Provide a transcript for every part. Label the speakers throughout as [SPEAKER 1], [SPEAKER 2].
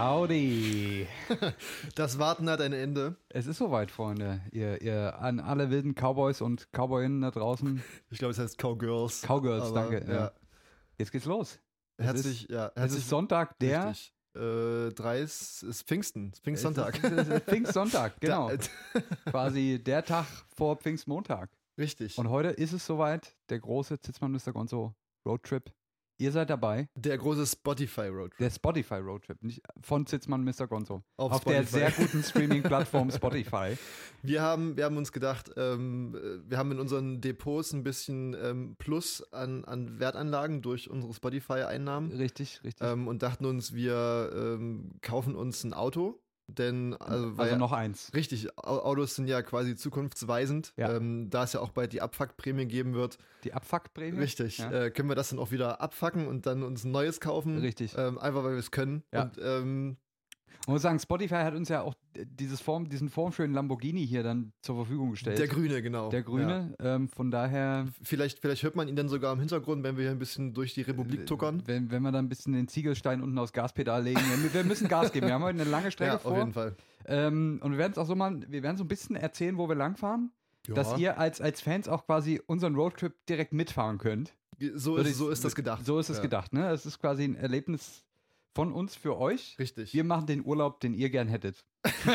[SPEAKER 1] Howdy.
[SPEAKER 2] Das Warten hat ein Ende.
[SPEAKER 1] Es ist soweit, Freunde. Ihr, ihr an alle wilden Cowboys und Cowboyinnen da draußen.
[SPEAKER 2] Ich glaube, es heißt Cowgirls.
[SPEAKER 1] Cowgirls,
[SPEAKER 2] Aber,
[SPEAKER 1] danke.
[SPEAKER 2] Ja.
[SPEAKER 1] Jetzt geht's los. Es
[SPEAKER 2] Herzlich,
[SPEAKER 1] ist,
[SPEAKER 2] ja,
[SPEAKER 1] es
[SPEAKER 2] herzlich.
[SPEAKER 1] ist Sonntag, der
[SPEAKER 2] richtig. Äh, drei ist, ist Pfingsten, ist
[SPEAKER 1] Es ist-
[SPEAKER 2] Pfingstsonntag.
[SPEAKER 1] es ist Pfingstsonntag, genau.
[SPEAKER 2] Da-
[SPEAKER 1] Quasi der Tag vor Pfingstmontag.
[SPEAKER 2] richtig.
[SPEAKER 1] Und heute ist es soweit, der große Zitzmann Mr. Gonzo Roadtrip. Ihr seid dabei,
[SPEAKER 2] der große Spotify Road
[SPEAKER 1] der Spotify Roadtrip, nicht von Zitzmann Mr. Gonzo.
[SPEAKER 2] auf,
[SPEAKER 1] auf der
[SPEAKER 2] Spotify.
[SPEAKER 1] sehr guten Streaming-Plattform Spotify.
[SPEAKER 2] wir haben, wir haben uns gedacht, ähm, äh, wir haben in unseren Depots ein bisschen ähm, Plus an, an Wertanlagen durch unsere Spotify-Einnahmen
[SPEAKER 1] Richtig, richtig.
[SPEAKER 2] ähm, und dachten uns, wir ähm, kaufen uns ein Auto, denn also, weil
[SPEAKER 1] also noch eins.
[SPEAKER 2] Richtig, Au- Autos sind ja quasi zukunftsweisend.
[SPEAKER 1] Ja.
[SPEAKER 2] Ähm, da es ja auch bald die Abfuckprämie geben wird,
[SPEAKER 1] Die Abfuckprämie.
[SPEAKER 2] richtig,
[SPEAKER 1] Mhm. Ja.
[SPEAKER 2] äh, können wir das dann auch wieder abfacken und dann uns ein neues kaufen.
[SPEAKER 1] Richtig.
[SPEAKER 2] Ähm, einfach weil wir es können.
[SPEAKER 1] Ja.
[SPEAKER 2] Und ähm,
[SPEAKER 1] Man muss sagen, Spotify hat uns ja auch dieses Form, diesen formschönen Lamborghini hier dann zur Verfügung gestellt.
[SPEAKER 2] der Grüne, genau.
[SPEAKER 1] Der Grüne. Ähm, von daher,
[SPEAKER 2] Ja. Vielleicht, vielleicht hört man ihn dann sogar im Hintergrund, wenn wir hier ein bisschen durch die Republik tuckern.
[SPEAKER 1] äh, wenn, wenn wir dann ein bisschen den Ziegelstein unten aufs Gaspedal legen, wir, wir müssen Gas geben. Wir haben heute eine lange Strecke
[SPEAKER 2] Ja, auf
[SPEAKER 1] vor.
[SPEAKER 2] jeden Fall.
[SPEAKER 1] Ähm, und wir werden es auch so mal, wir werden so ein bisschen erzählen, wo wir langfahren, dass ihr als, als Fans auch quasi unseren Roadtrip direkt mitfahren könnt.
[SPEAKER 2] so,
[SPEAKER 1] Würde
[SPEAKER 2] ist,
[SPEAKER 1] ich-
[SPEAKER 2] so ist das gedacht.
[SPEAKER 1] So ist es
[SPEAKER 2] Ja.
[SPEAKER 1] gedacht, ne? Es ist quasi ein Erlebnis von uns für euch.
[SPEAKER 2] Richtig.
[SPEAKER 1] Wir machen den Urlaub, den ihr gern hättet.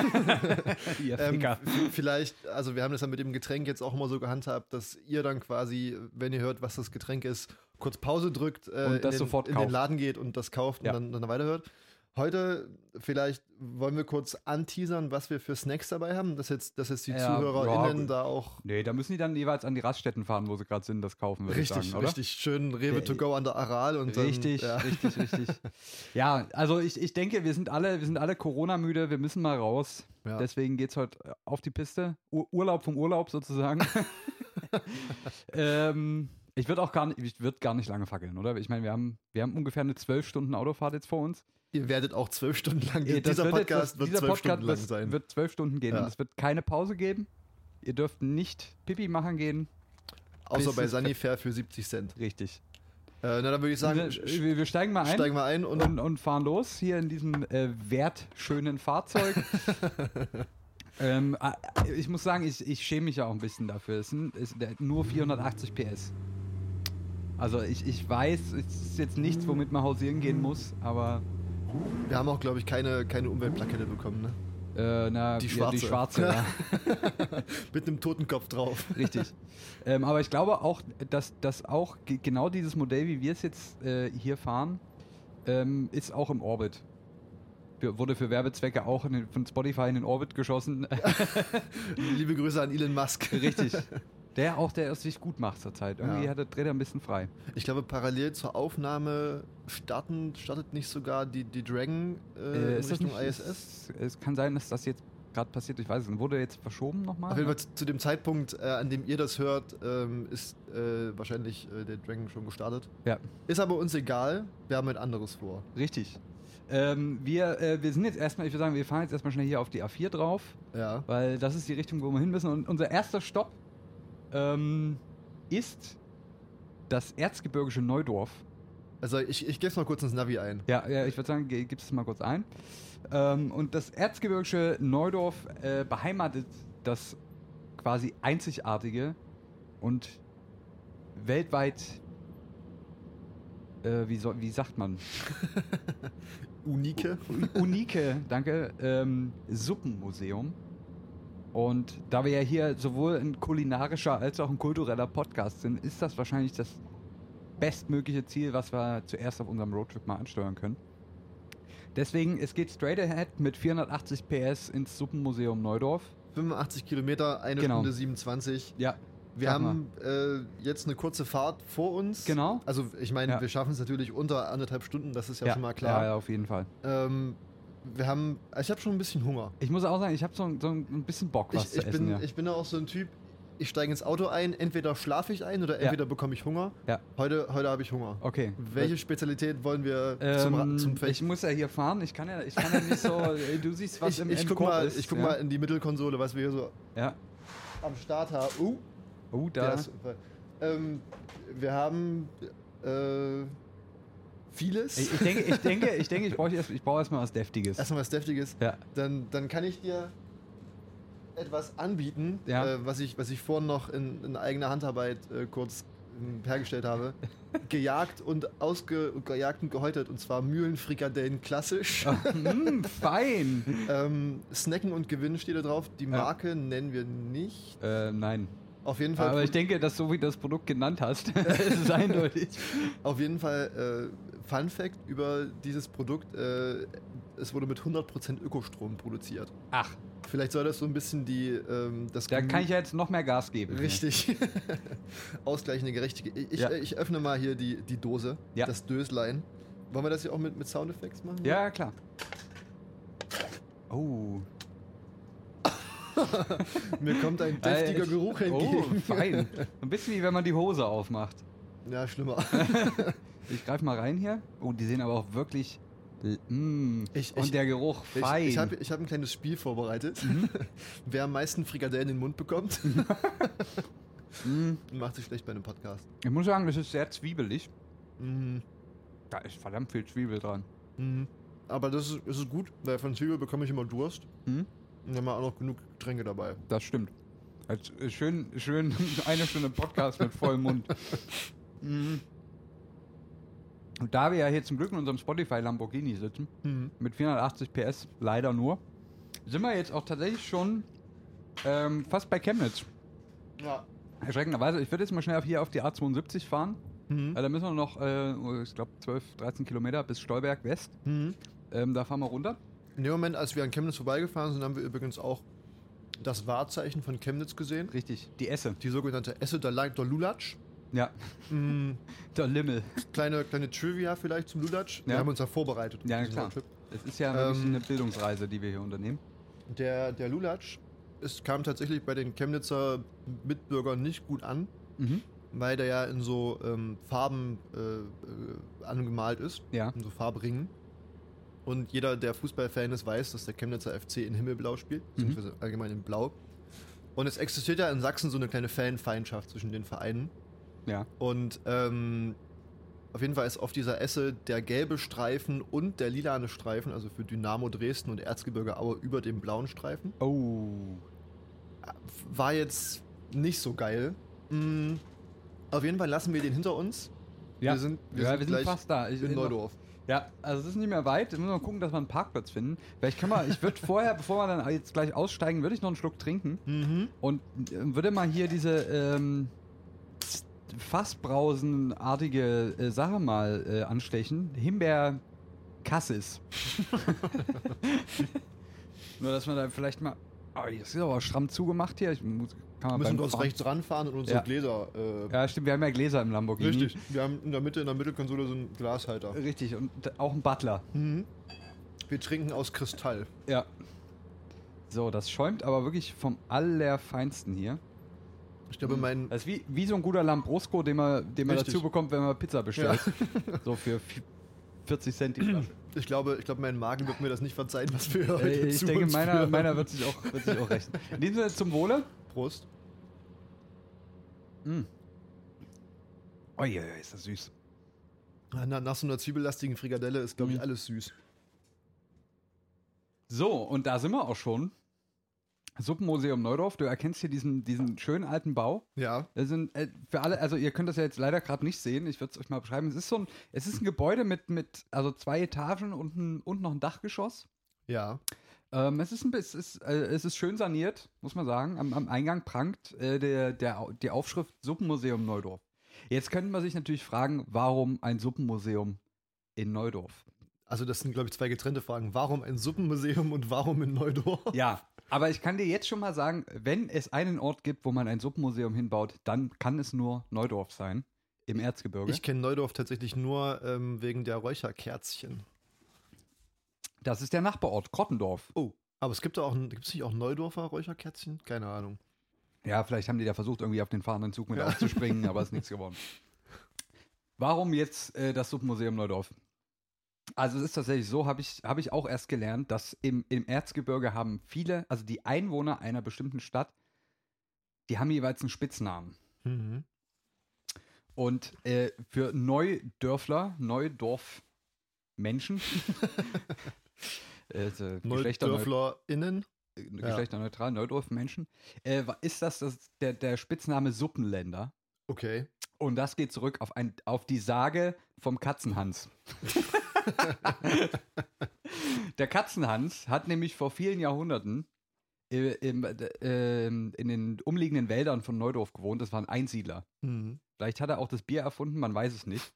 [SPEAKER 1] ihr
[SPEAKER 2] Ähm,
[SPEAKER 1] Ficker.
[SPEAKER 2] v- vielleicht, also wir haben das ja mit dem Getränk jetzt auch immer so gehandhabt, dass ihr dann quasi, wenn ihr hört, was das Getränk ist, kurz Pause drückt, äh,
[SPEAKER 1] Und
[SPEAKER 2] in,
[SPEAKER 1] das
[SPEAKER 2] den,
[SPEAKER 1] sofort
[SPEAKER 2] in den
[SPEAKER 1] kauft.
[SPEAKER 2] Laden geht und das kauft
[SPEAKER 1] Ja.
[SPEAKER 2] und dann, dann weiterhört. Heute vielleicht wollen wir kurz anteasern, was wir für Snacks dabei haben, dass jetzt, dass jetzt die
[SPEAKER 1] Ja,
[SPEAKER 2] ZuhörerInnen
[SPEAKER 1] ja,
[SPEAKER 2] da auch
[SPEAKER 1] Nee, da müssen die dann jeweils an die Raststätten fahren, wo sie gerade sind, das kaufen, würde
[SPEAKER 2] richtig,
[SPEAKER 1] ich sagen, oder?
[SPEAKER 2] richtig schön Rewe to go an der Aral und dann,
[SPEAKER 1] Richtig,
[SPEAKER 2] ja.
[SPEAKER 1] richtig, richtig. Ja, also ich, ich denke, wir sind alle, wir sind alle Corona-müde, wir müssen mal raus.
[SPEAKER 2] Ja.
[SPEAKER 1] Deswegen geht's heute auf die Piste. Ur Urlaub vom Urlaub sozusagen. ähm, ich würde auch gar nicht, ich würde gar nicht lange fackeln, oder? Ich meine, wir haben, wir haben ungefähr eine zwölf Stunden Autofahrt jetzt vor uns.
[SPEAKER 2] Ihr werdet auch zwölf Stunden lang,
[SPEAKER 1] Äh, das
[SPEAKER 2] dieser
[SPEAKER 1] jetzt-
[SPEAKER 2] Podcast
[SPEAKER 1] das-
[SPEAKER 2] wird
[SPEAKER 1] dieser
[SPEAKER 2] zwölf
[SPEAKER 1] Podcast
[SPEAKER 2] Stunden lang
[SPEAKER 1] wird-
[SPEAKER 2] sein.
[SPEAKER 1] Wird zwölf Stunden gehen.
[SPEAKER 2] Ja.
[SPEAKER 1] Und es wird keine Pause geben. Ihr dürft nicht Pipi machen gehen.
[SPEAKER 2] außer
[SPEAKER 1] bis
[SPEAKER 2] bei
[SPEAKER 1] es-
[SPEAKER 2] Sunnyfair für 70 Cent.
[SPEAKER 1] Richtig.
[SPEAKER 2] Äh, na, dann würde ich sagen,
[SPEAKER 1] wir,
[SPEAKER 2] sch-
[SPEAKER 1] wir, wir steigen mal ein.
[SPEAKER 2] steigen wir ein und
[SPEAKER 1] und, und fahren los hier in diesem äh, wertschönen Fahrzeug. ähm, äh, ich muss sagen, ich, ich schäme mich ja auch ein bisschen dafür. Es sind es, der, nur 480 PS. Also ich, ich weiß, es ist jetzt nichts, womit man hausieren gehen muss, aber
[SPEAKER 2] Wir haben auch, glaube ich, keine, keine Umweltplakette bekommen, ne?
[SPEAKER 1] äh, na,
[SPEAKER 2] Die
[SPEAKER 1] Ja, die
[SPEAKER 2] schwarze.
[SPEAKER 1] schwarze ja.
[SPEAKER 2] Mit einem Totenkopf drauf.
[SPEAKER 1] Richtig. ähm, aber ich glaube auch, dass, dass auch ge- genau dieses Modell, wie wir es jetzt äh, hier fahren, ähm, ist auch im Orbit. Für, wurde für Werbezwecke auch in den, von Spotify in den Orbit geschossen.
[SPEAKER 2] Liebe Grüße an Elon Musk.
[SPEAKER 1] Richtig. Der auch, der es sich gut macht zurzeit. Irgendwie
[SPEAKER 2] Ja.
[SPEAKER 1] hat er, dreht er ein bisschen frei.
[SPEAKER 2] Ich glaube, parallel zur Aufnahme starten, startet nicht sogar die, die Dragon äh, in Richtung ISS.
[SPEAKER 1] Es, es kann sein, dass das jetzt gerade passiert. Ich weiß es nicht. Wurde jetzt verschoben nochmal?
[SPEAKER 2] Auf jeden Fall zu zu dem Zeitpunkt, äh, an dem ihr das hört, ähm, ist äh, wahrscheinlich äh, der Dragon schon gestartet.
[SPEAKER 1] Ja.
[SPEAKER 2] Ist aber uns egal, wir haben ein anderes vor.
[SPEAKER 1] Richtig. Ähm, wir, äh, wir sind jetzt erstmal, ich würde sagen, wir fahren jetzt erstmal schnell hier auf die A4 drauf.
[SPEAKER 2] Ja.
[SPEAKER 1] Weil das ist die Richtung, wo wir hin müssen. Und unser erster Stopp ähm, ist das erzgebirgische Neudorf.
[SPEAKER 2] Also ich, ich gebe es mal kurz ins Navi ein.
[SPEAKER 1] Ja, ja ich würde sagen, ge- gib's es mal kurz ein. Ähm, und das erzgebirgische Neudorf äh, beheimatet das quasi einzigartige und weltweit. Äh, wie, so, wie sagt man?
[SPEAKER 2] Unike.
[SPEAKER 1] Unike, danke, ähm, Suppenmuseum. Und da wir ja hier sowohl ein kulinarischer als auch ein kultureller Podcast sind, ist das wahrscheinlich das bestmögliche Ziel, was wir zuerst auf unserem Roadtrip mal ansteuern können. Deswegen, es geht straight ahead mit 480 PS ins Suppenmuseum Neudorf.
[SPEAKER 2] 85 Kilometer, eine
[SPEAKER 1] Genau.
[SPEAKER 2] Stunde 27.
[SPEAKER 1] Ja,
[SPEAKER 2] Wir
[SPEAKER 1] Sag
[SPEAKER 2] haben äh, jetzt eine kurze Fahrt vor uns.
[SPEAKER 1] genau.
[SPEAKER 2] Also ich meine,
[SPEAKER 1] Ja.
[SPEAKER 2] wir schaffen es natürlich unter anderthalb Stunden, das ist ja, schon mal
[SPEAKER 1] Ja,
[SPEAKER 2] klar.
[SPEAKER 1] ja, auf jeden Fall.
[SPEAKER 2] Ähm, wir haben, also ich habe schon ein bisschen Hunger.
[SPEAKER 1] Ich muss auch sagen, ich habe so, ein- so ein bisschen Bock, was
[SPEAKER 2] Ich,
[SPEAKER 1] zu
[SPEAKER 2] ich,
[SPEAKER 1] essen.
[SPEAKER 2] bin,
[SPEAKER 1] ja.
[SPEAKER 2] ich bin da auch so ein Typ, ich steige ins Auto ein, entweder schlafe ich ein oder
[SPEAKER 1] Ja.
[SPEAKER 2] entweder bekomme ich Hunger.
[SPEAKER 1] Ja.
[SPEAKER 2] Heute, heute habe ich Hunger.
[SPEAKER 1] okay.
[SPEAKER 2] Welche Spezialität wollen wir zum, Ra-
[SPEAKER 1] Ähm,
[SPEAKER 2] zum
[SPEAKER 1] ich
[SPEAKER 2] Fechten?
[SPEAKER 1] muss ja hier fahren, ich kann ja, ich kann ja nicht so, du siehst, was
[SPEAKER 2] Ich,
[SPEAKER 1] im,
[SPEAKER 2] ich
[SPEAKER 1] im
[SPEAKER 2] guck,
[SPEAKER 1] Korb
[SPEAKER 2] mal,
[SPEAKER 1] ist.
[SPEAKER 2] ich guck
[SPEAKER 1] ja.
[SPEAKER 2] mal in die Mittelkonsole, was wir hier so
[SPEAKER 1] Ja.
[SPEAKER 2] am Start haben. Oh,
[SPEAKER 1] Oh,
[SPEAKER 2] der
[SPEAKER 1] da.
[SPEAKER 2] ist- ähm, wir haben äh, vieles.
[SPEAKER 1] Ich, ich denke, ich denke, ich, denke, ich brauche erstmal brauch erst was Deftiges.
[SPEAKER 2] Erstmal was Deftiges.
[SPEAKER 1] Ja.
[SPEAKER 2] Dann, dann kann ich dir etwas anbieten,
[SPEAKER 1] Ja.
[SPEAKER 2] äh, was, ich, was ich vorhin noch in, in eigener Handarbeit äh, kurz ähm, hergestellt habe. Gejagt und ausge, gejagt und gehäutet, und zwar Mühlenfrikadellen klassisch.
[SPEAKER 1] mm, fein.
[SPEAKER 2] ähm, Snacken und Gewinnen steht da drauf. Die
[SPEAKER 1] Ja.
[SPEAKER 2] Marke nennen wir nicht.
[SPEAKER 1] Äh, nein.
[SPEAKER 2] Auf jeden Fall
[SPEAKER 1] Aber ich denke, dass so wie du das Produkt genannt hast, ist es eindeutig.
[SPEAKER 2] Auf jeden Fall, äh, Fun Fact über dieses Produkt: äh, Es wurde mit 100% Ökostrom produziert.
[SPEAKER 1] Ach,
[SPEAKER 2] Vielleicht soll das so ein bisschen die. Ähm, das
[SPEAKER 1] da
[SPEAKER 2] Gemü-
[SPEAKER 1] kann ich ja jetzt noch mehr Gas geben.
[SPEAKER 2] Richtig. Ausgleichende Gerechtigkeit. Ich,
[SPEAKER 1] Ja.
[SPEAKER 2] äh, ich öffne mal hier die, die Dose,
[SPEAKER 1] Ja.
[SPEAKER 2] das Döslein. Wollen wir das hier auch mit, mit Soundeffekts machen?
[SPEAKER 1] Ja, klar. Oh.
[SPEAKER 2] Mir kommt ein deftiger
[SPEAKER 1] Äh,
[SPEAKER 2] Geruch
[SPEAKER 1] Oh,
[SPEAKER 2] entgegen.
[SPEAKER 1] fein. Ein bisschen wie wenn man die Hose aufmacht.
[SPEAKER 2] Ja, schlimmer.
[SPEAKER 1] Ich greife mal rein hier. Oh, die sehen aber auch wirklich. l- Mm.
[SPEAKER 2] Ich- ich-
[SPEAKER 1] Und der Geruch,
[SPEAKER 2] Ich,
[SPEAKER 1] fein. Mhm.
[SPEAKER 2] ich habe ich hab ein kleines Spiel vorbereitet. Wer am meisten Frikadellen in den Mund bekommt,
[SPEAKER 1] mm.
[SPEAKER 2] macht sich schlecht bei einem Podcast.
[SPEAKER 1] ich muss sagen, das ist sehr zwiebelig.
[SPEAKER 2] Mhm.
[SPEAKER 1] Da ist verdammt viel Zwiebel dran.
[SPEAKER 2] Mhm. Aber das ist, es ist gut, weil von Zwiebel bekomme ich immer Durst.
[SPEAKER 1] Mhm.
[SPEAKER 2] Und dann haben wir auch noch genug Getränke dabei.
[SPEAKER 1] Das stimmt. Jetzt, äh, schön, schön eine Stunde Podcast mit vollem Mund. Mhm. Und da wir ja hier zum Glück in unserem Spotify Lamborghini sitzen,
[SPEAKER 2] Mhm.
[SPEAKER 1] mit 480 PS, leider nur, sind wir jetzt auch tatsächlich schon ähm, fast bei Chemnitz.
[SPEAKER 2] Ja.
[SPEAKER 1] Erschreckenderweise, ich würde jetzt mal schnell auf hier auf die A72 fahren.
[SPEAKER 2] Mhm.
[SPEAKER 1] Äh, da müssen wir noch, äh, ich glaube, 12, 13 Kilometer bis Stolberg West.
[SPEAKER 2] Mhm.
[SPEAKER 1] Ähm, da fahren wir runter.
[SPEAKER 2] In dem Moment, als wir an Chemnitz vorbeigefahren sind, haben wir übrigens auch das Wahrzeichen von Chemnitz gesehen.
[SPEAKER 1] Richtig, die Esse.
[SPEAKER 2] Die sogenannte Esseter Line- der Lulatsch.
[SPEAKER 1] Ja,
[SPEAKER 2] Mhm.
[SPEAKER 1] der Limmel.
[SPEAKER 2] Kleine, kleine Trivia vielleicht zum Lulatsch. Wir
[SPEAKER 1] Ja.
[SPEAKER 2] haben uns da vorbereitet.
[SPEAKER 1] Ja,
[SPEAKER 2] diesen
[SPEAKER 1] klar.
[SPEAKER 2] Roadtrip.
[SPEAKER 1] Es ist ja wirklich
[SPEAKER 2] Ähm.
[SPEAKER 1] eine Bildungsreise, die wir hier unternehmen.
[SPEAKER 2] Der, der Lulatsch es kam tatsächlich bei den Chemnitzer Mitbürgern nicht gut an,
[SPEAKER 1] Mhm.
[SPEAKER 2] weil der ja in so ähm, Farben äh, äh, angemalt ist.
[SPEAKER 1] Ja.
[SPEAKER 2] in so Farbringen. Und jeder, der Fußballfan ist, weiß, dass der Chemnitzer FC in Himmelblau spielt,
[SPEAKER 1] Mhm.
[SPEAKER 2] beziehungsweise allgemein in Blau. Und es existiert ja in Sachsen so eine kleine Fanfeindschaft zwischen den Vereinen.
[SPEAKER 1] Ja.
[SPEAKER 2] Und ähm, auf jeden Fall ist auf dieser Esse der gelbe Streifen und der lilane Streifen, also für Dynamo Dresden und Erzgebirge Aue, über dem blauen Streifen.
[SPEAKER 1] Oh.
[SPEAKER 2] War jetzt nicht so geil. Mm, Auf jeden Fall lassen wir den hinter uns.
[SPEAKER 1] Ja.
[SPEAKER 2] Wir sind, wir
[SPEAKER 1] ja,
[SPEAKER 2] sind
[SPEAKER 1] wir sind
[SPEAKER 2] gleich
[SPEAKER 1] fast da. Ich,
[SPEAKER 2] in
[SPEAKER 1] noch-
[SPEAKER 2] Neudorf.
[SPEAKER 1] Ja, also es ist nicht mehr weit. Wir müssen noch gucken, dass wir einen Parkplatz finden. Vielleicht kann man, ich würde vorher, bevor wir dann jetzt gleich aussteigen, würde ich noch einen Schluck trinken
[SPEAKER 2] Mhm.
[SPEAKER 1] und äh, würde mal hier diese ähm, Fassbrausenartige äh, Sache mal äh, anstechen. Himbeer Cassis. Nur, dass man da vielleicht mal. Oh, das ist aber stramm zugemacht hier. Ich muss, kann man
[SPEAKER 2] müssen
[SPEAKER 1] beim
[SPEAKER 2] wir uns
[SPEAKER 1] Fahren-
[SPEAKER 2] rechts ranfahren und unsere
[SPEAKER 1] Ja.
[SPEAKER 2] Gläser. Äh,
[SPEAKER 1] Ja, stimmt, wir haben ja Gläser im Lamborghini.
[SPEAKER 2] Richtig, wir haben in der Mitte, in der Mittelkonsole so einen Glashalter.
[SPEAKER 1] Richtig, und d- auch ein Butler.
[SPEAKER 2] Mhm. Wir trinken aus Kristall.
[SPEAKER 1] Ja. So, das schäumt aber wirklich vom Allerfeinsten hier.
[SPEAKER 2] Ich glaube, mein.
[SPEAKER 1] Das ist wie, wie so ein guter Lambrosco, den man, den man
[SPEAKER 2] Richtig.
[SPEAKER 1] dazu bekommt, wenn man Pizza bestellt. So für vi- 40 Cent die Flasche.
[SPEAKER 2] Ich glaube, ich glaube, mein Magen wird mir das nicht verzeihen, was wir heute
[SPEAKER 1] Äh, ich
[SPEAKER 2] zu
[SPEAKER 1] denke,
[SPEAKER 2] uns
[SPEAKER 1] meiner,
[SPEAKER 2] führen.
[SPEAKER 1] meiner wird sich auch, wird sich auch rächen. In diesem Sinne zum Wohle.
[SPEAKER 2] Prost.
[SPEAKER 1] Mm. Uiuiui, oh ist das süß.
[SPEAKER 2] Na, nach so einer zwiebellastigen Frikadelle ist, glaube ich,
[SPEAKER 1] Mhm.
[SPEAKER 2] alles süß.
[SPEAKER 1] So, und da sind wir auch schon. Suppenmuseum Neudorf, du erkennst hier diesen, diesen schönen alten Bau.
[SPEAKER 2] Ja.
[SPEAKER 1] Das sind äh, für alle, also ihr könnt das ja jetzt leider gerade nicht sehen. Ich würde es euch mal beschreiben. Es ist so ein, es ist ein Gebäude mit mit also zwei Etagen und ein, und noch ein Dachgeschoss.
[SPEAKER 2] Ja.
[SPEAKER 1] Ähm, es ist ein bisschen, es ist, äh, es ist schön saniert, muss man sagen. Am, am Eingang prangt äh, der, der Au- die Aufschrift Suppenmuseum Neudorf. Jetzt könnte man sich natürlich fragen, warum ein Suppenmuseum in Neudorf?
[SPEAKER 2] Also, das sind, glaube ich, zwei getrennte Fragen. Warum ein Suppenmuseum und warum in Neudorf?
[SPEAKER 1] Ja, aber ich kann dir jetzt schon mal sagen, wenn es einen Ort gibt, wo man ein Suppenmuseum hinbaut, dann kann es nur Neudorf sein im Erzgebirge.
[SPEAKER 2] Ich kenne Neudorf tatsächlich nur ähm, wegen der Räucherkerzchen.
[SPEAKER 1] das ist der Nachbarort Krottendorf.
[SPEAKER 2] Oh. Aber es gibt da auch, gibt es nicht auch Neudorfer Räucherkerzchen? Keine Ahnung.
[SPEAKER 1] Ja, vielleicht haben die da versucht, irgendwie auf den fahrenden Zug mit aufzuspringen, aber ist nichts geworden. Warum jetzt äh, das Suppenmuseum Neudorf? Also es ist tatsächlich so, habe ich, hab ich auch erst gelernt, dass im, im Erzgebirge haben viele, also die Einwohner einer bestimmten Stadt, die haben jeweils einen Spitznamen.
[SPEAKER 2] Mhm.
[SPEAKER 1] Und äh, für Neudörfler, Neudorfmenschen, also geschlechterneutral,
[SPEAKER 2] NeudörflerInnen.
[SPEAKER 1] geschlechterneutral Neudorfmenschen, äh, wa- ist das, das der, der Spitzname Suppenländer.
[SPEAKER 2] Okay.
[SPEAKER 1] Und das geht zurück auf, ein, auf die Sage vom Katzenhans. der Katzenhans hat nämlich vor vielen Jahrhunderten äh, im, äh, ähm, in den umliegenden Wäldern von Neudorf gewohnt. Das waren Einsiedler.
[SPEAKER 2] Mhm.
[SPEAKER 1] Vielleicht hat er auch das Bier erfunden, man weiß es nicht.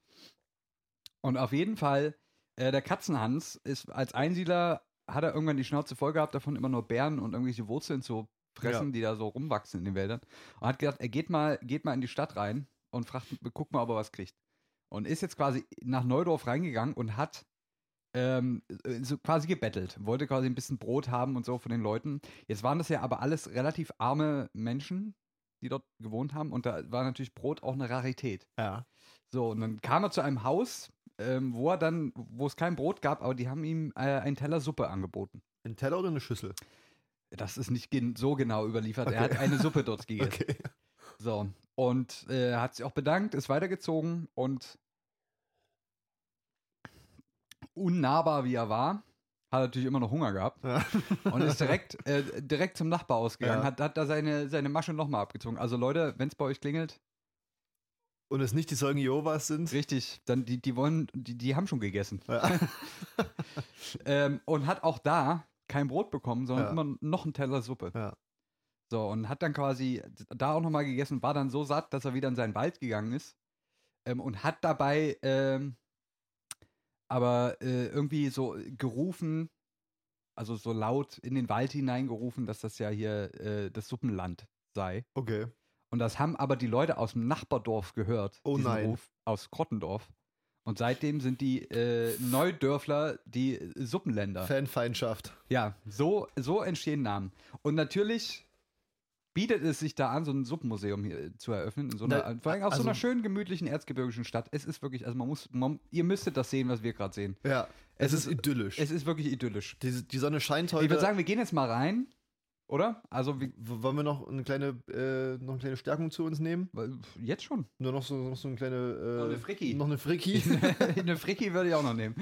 [SPEAKER 1] Und auf jeden Fall, äh, der Katzenhans ist als Einsiedler, hat er irgendwann die Schnauze voll gehabt, davon immer nur Bären und irgendwelche Wurzeln zu fressen,
[SPEAKER 2] Ja.
[SPEAKER 1] die da so rumwachsen in den Wäldern. Und hat gedacht, er geht mal, geht mal in die Stadt rein und fragt, guck mal, ob er was kriegt. Und ist jetzt quasi nach Neudorf reingegangen und hat ähm, so quasi gebettelt. Wollte quasi ein bisschen Brot haben und so von den Leuten. Jetzt waren das ja aber alles relativ arme Menschen, die dort gewohnt haben. Und da war natürlich Brot auch eine Rarität.
[SPEAKER 2] Ja.
[SPEAKER 1] So, und dann kam er zu einem Haus, ähm, wo er dann, wo es kein Brot gab, aber die haben ihm äh, einen Teller Suppe angeboten.
[SPEAKER 2] Ein Teller oder eine Schüssel?
[SPEAKER 1] Das ist nicht gen so genau überliefert. Er hat eine Suppe dort gegessen.
[SPEAKER 2] Okay.
[SPEAKER 1] So. Und äh, hat sich auch bedankt, ist weitergezogen und unnahbar wie er war, hat er natürlich immer noch Hunger gehabt
[SPEAKER 2] Ja.
[SPEAKER 1] und ist direkt, äh, direkt zum Nachbar ausgegangen,
[SPEAKER 2] Ja.
[SPEAKER 1] hat, hat da seine, seine Masche nochmal abgezogen. Also Leute, wenn es bei euch klingelt,
[SPEAKER 2] Und es nicht die Zeugen Jehovas sind?
[SPEAKER 1] richtig, dann die, die wollen, die, die haben schon gegessen.
[SPEAKER 2] Ja.
[SPEAKER 1] Ähm, und hat auch da kein Brot bekommen, sondern
[SPEAKER 2] Ja.
[SPEAKER 1] immer noch einen Teller Suppe.
[SPEAKER 2] Ja.
[SPEAKER 1] So, und hat dann quasi da auch nochmal gegessen, war dann so satt, dass er wieder in seinen Wald gegangen ist ähm, und hat dabei ähm, aber äh, irgendwie so gerufen, also so laut in den Wald hineingerufen, dass das ja hier äh, das Suppenland sei.
[SPEAKER 2] Okay.
[SPEAKER 1] Und das haben aber die Leute aus dem Nachbardorf gehört,
[SPEAKER 2] Oh
[SPEAKER 1] diesen
[SPEAKER 2] nein.
[SPEAKER 1] Ruf aus Krottendorf. Und seitdem sind die äh, Neudörfler die äh, Suppenländer.
[SPEAKER 2] Fanfeindschaft.
[SPEAKER 1] Ja, so, so entstehen Namen. Und natürlich bietet es sich da an, so ein Suppenmuseum hier äh, zu eröffnen, in so einer,
[SPEAKER 2] Na,
[SPEAKER 1] vor allem auf so
[SPEAKER 2] also-
[SPEAKER 1] einer schönen, gemütlichen, erzgebirgischen Stadt. Es ist wirklich, also man muss, man, ihr müsstet das sehen, was wir gerade sehen.
[SPEAKER 2] Ja. Es,
[SPEAKER 1] Es
[SPEAKER 2] ist idyllisch.
[SPEAKER 1] Es ist wirklich idyllisch.
[SPEAKER 2] die, die Sonne scheint heute.
[SPEAKER 1] Ich würde sagen, wir gehen jetzt mal rein, oder? Also, wir,
[SPEAKER 2] W- Wollen wir noch eine kleine, äh, noch eine kleine Stärkung zu uns nehmen?
[SPEAKER 1] jetzt schon.
[SPEAKER 2] Nur noch so, noch so eine kleine. Äh,
[SPEAKER 1] Noch eine Fricki.
[SPEAKER 2] Noch eine Fricki.
[SPEAKER 1] Eine Fricki würde ich auch noch nehmen.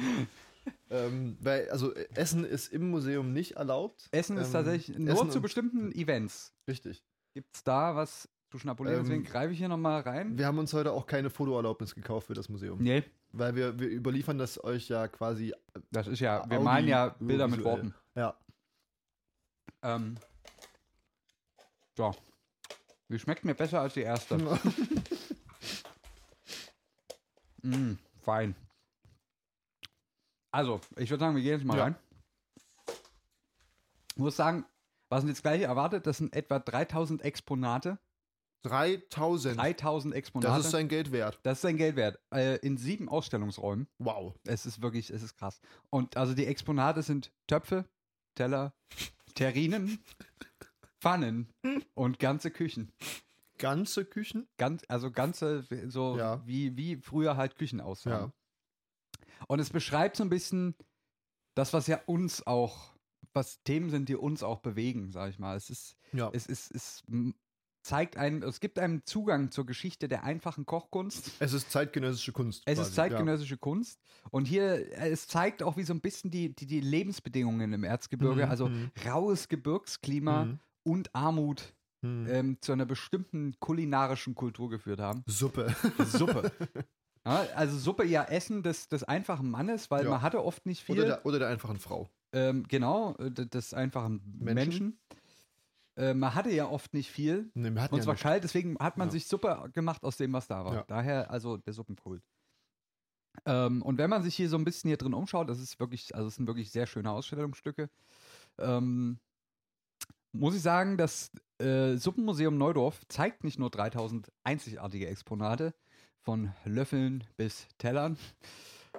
[SPEAKER 2] ähm, weil, also, äh, Essen ist im Museum nicht erlaubt.
[SPEAKER 1] Essen ist
[SPEAKER 2] Ähm,
[SPEAKER 1] tatsächlich nur
[SPEAKER 2] Essen
[SPEAKER 1] zu
[SPEAKER 2] und-
[SPEAKER 1] bestimmten Events.
[SPEAKER 2] Richtig.
[SPEAKER 1] Gibt es da was zu schnapulieren?
[SPEAKER 2] Ähm,
[SPEAKER 1] Deswegen greife ich hier nochmal rein.
[SPEAKER 2] Wir haben uns heute auch keine Fotoerlaubnis gekauft für das Museum.
[SPEAKER 1] Nee,
[SPEAKER 2] Weil wir, wir überliefern das euch ja quasi.
[SPEAKER 1] das ist
[SPEAKER 2] Ah,
[SPEAKER 1] ja,
[SPEAKER 2] oh
[SPEAKER 1] wir malen ja Bilder mit
[SPEAKER 2] audiovisuell.
[SPEAKER 1] Worten.
[SPEAKER 2] Ja.
[SPEAKER 1] Ähm, ja. Die schmeckt mir besser als die erste. mm, fein. Also, ich würde sagen, wir gehen jetzt mal
[SPEAKER 2] Ja.
[SPEAKER 1] rein. Ich muss sagen, was uns jetzt gleich erwartet, das sind etwa 3000 Exponate.
[SPEAKER 2] 3000.
[SPEAKER 1] 3000 Exponate.
[SPEAKER 2] Das ist sein Geld wert.
[SPEAKER 1] Das ist sein Geld wert. Äh, in sieben Ausstellungsräumen.
[SPEAKER 2] Wow.
[SPEAKER 1] Es ist wirklich, es ist krass. Und also die Exponate sind Töpfe, Teller, Terrinen, Pfannen und ganze Küchen.
[SPEAKER 2] Ganze Küchen?
[SPEAKER 1] Ganz, also ganze, so
[SPEAKER 2] Ja.
[SPEAKER 1] wie, wie früher halt Küchen aussahen. Und es beschreibt so ein bisschen das, was ja uns auch, was Themen sind, die uns auch bewegen, sag ich mal. Es ist,
[SPEAKER 2] Ja.
[SPEAKER 1] es ist, es m- zeigt einen, es gibt einem Zugang zur Geschichte der einfachen Kochkunst.
[SPEAKER 2] Es ist zeitgenössische Kunst.
[SPEAKER 1] Es
[SPEAKER 2] quasi,
[SPEAKER 1] ist zeitgenössische Kunst und hier, äh, es zeigt auch wie so ein bisschen die, die, die Lebensbedingungen im Erzgebirge,
[SPEAKER 2] Mhm,
[SPEAKER 1] also
[SPEAKER 2] mhm.
[SPEAKER 1] raues Gebirgsklima
[SPEAKER 2] Mhm.
[SPEAKER 1] und Armut
[SPEAKER 2] Mhm.
[SPEAKER 1] ähm, zu einer bestimmten kulinarischen Kultur geführt haben.
[SPEAKER 2] Suppe.
[SPEAKER 1] Suppe. ja, also Suppe ja Essen des, des einfachen Mannes, weil
[SPEAKER 2] Ja.
[SPEAKER 1] man hatte oft nicht viel.
[SPEAKER 2] Oder der, oder der einfachen Frau.
[SPEAKER 1] ähm, genau, äh, d- des einfachen Menschen.
[SPEAKER 2] Menschen.
[SPEAKER 1] Äh, man hatte ja oft nicht viel.
[SPEAKER 2] Nee, wir hatten
[SPEAKER 1] Und es war
[SPEAKER 2] nicht.
[SPEAKER 1] kalt, deswegen hat man
[SPEAKER 2] Ja.
[SPEAKER 1] sich Suppe gemacht aus dem, was da war.
[SPEAKER 2] Ja.
[SPEAKER 1] Daher also der Suppenkult. Ähm, und wenn man sich hier so ein bisschen hier drin umschaut, das ist wirklich, also es sind wirklich sehr schöne Ausstellungsstücke. Ähm, muss ich sagen, das äh, Suppenmuseum Neudorf zeigt nicht nur 3000 einzigartige Exponate, von Löffeln bis Tellern.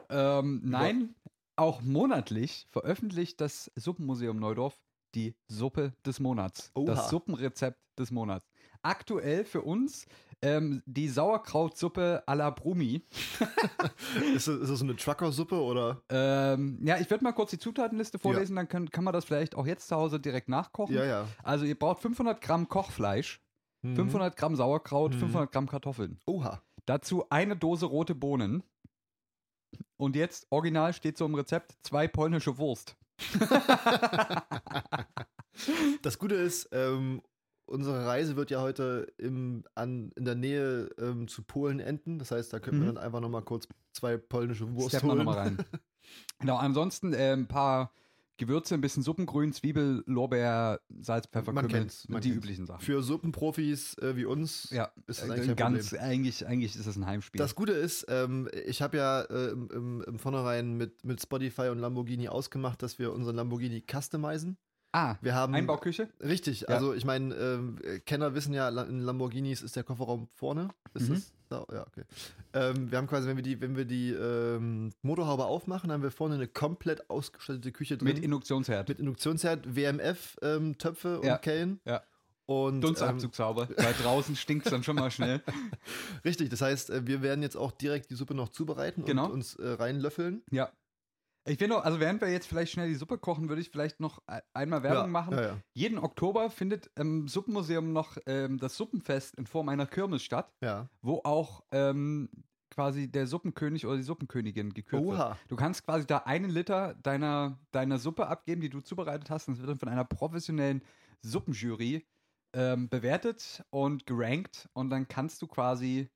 [SPEAKER 1] Ähm, nein, auch monatlich veröffentlicht das Suppenmuseum Neudorf die Suppe des Monats.
[SPEAKER 2] Oha.
[SPEAKER 1] Das Suppenrezept des Monats. Aktuell für uns ähm, die Sauerkrautsuppe à la Brumi.
[SPEAKER 2] Ist das, ist das so eine Trucker-Suppe oder?
[SPEAKER 1] Ähm, ja, ich werde mal kurz die Zutatenliste vorlesen, dann kann, kann man das vielleicht auch jetzt zu Hause direkt nachkochen.
[SPEAKER 2] Ja, ja.
[SPEAKER 1] Also ihr braucht 500 Gramm Kochfleisch,
[SPEAKER 2] Mhm.
[SPEAKER 1] 500 Gramm Sauerkraut,
[SPEAKER 2] Mhm.
[SPEAKER 1] 500 Gramm Kartoffeln.
[SPEAKER 2] Oha.
[SPEAKER 1] Dazu eine Dose rote Bohnen. Und jetzt, original steht so im Rezept, zwei polnische Wurst.
[SPEAKER 2] Das Gute ist, ähm, unsere Reise wird ja heute im, an, in der Nähe ähm, zu Polen enden. Das heißt, da können wir
[SPEAKER 1] Mhm.
[SPEAKER 2] dann einfach nochmal kurz zwei polnische Wurst
[SPEAKER 1] Steppt man
[SPEAKER 2] holen.
[SPEAKER 1] nochmal rein. Genau, ansonsten äh, ein paar Gewürze, ein bisschen Suppengrün, Zwiebel, Lorbeer, Salz, Pfeffer,
[SPEAKER 2] Man
[SPEAKER 1] Kümmel,
[SPEAKER 2] kennt's, man
[SPEAKER 1] die
[SPEAKER 2] kennt's.
[SPEAKER 1] üblichen Sachen.
[SPEAKER 2] Für Suppenprofis äh, wie uns
[SPEAKER 1] ja,
[SPEAKER 2] ist das
[SPEAKER 1] äh,
[SPEAKER 2] eigentlich kein
[SPEAKER 1] ganz,
[SPEAKER 2] Problem.
[SPEAKER 1] eigentlich, eigentlich ist es ein Heimspiel.
[SPEAKER 2] Das Gute ist, ähm, ich habe ja äh, im, im, im Vornherein mit, mit Spotify und Lamborghini ausgemacht, dass wir unseren Lamborghini customizen.
[SPEAKER 1] ah,
[SPEAKER 2] Wir haben
[SPEAKER 1] Einbauküche?
[SPEAKER 2] Richtig, also ich meine, ähm, Kenner wissen ja, La- in Lamborghinis ist der Kofferraum vorne. Ist
[SPEAKER 1] Mhm.
[SPEAKER 2] das? Da, ja, okay. Ähm, wir haben quasi, wenn wir die, wenn wir die ähm, Motorhaube aufmachen, haben wir vorne eine komplett ausgestattete Küche drin.
[SPEAKER 1] Mit Induktionsherd.
[SPEAKER 2] mit Induktionsherd, WMF-Töpfe
[SPEAKER 1] Ja.
[SPEAKER 2] ähm, und Kellen.
[SPEAKER 1] Ja.
[SPEAKER 2] Und ähm,
[SPEAKER 1] Dunstabzugshaube, weil draußen stinkt es dann schon mal schnell.
[SPEAKER 2] richtig, das heißt, äh, wir werden jetzt auch direkt die Suppe noch zubereiten
[SPEAKER 1] Genau.
[SPEAKER 2] und uns äh, reinlöffeln.
[SPEAKER 1] Ja. Ich finde, auch- also während wir jetzt vielleicht schnell die Suppe kochen, würde ich vielleicht noch e- einmal Werbung
[SPEAKER 2] ja,
[SPEAKER 1] machen.
[SPEAKER 2] Ja, ja.
[SPEAKER 1] Jeden Oktober findet im Suppenmuseum noch ähm, das Suppenfest in Form einer Kirmes statt,
[SPEAKER 2] ja.
[SPEAKER 1] wo auch ähm, quasi der Suppenkönig oder die Suppenkönigin gekürt wird.
[SPEAKER 2] Oha.
[SPEAKER 1] Du kannst quasi da einen Liter deiner, deiner Suppe abgeben, die du zubereitet hast. Und es wird dann von einer professionellen Suppenjury ähm, bewertet und gerankt. Und dann kannst du quasi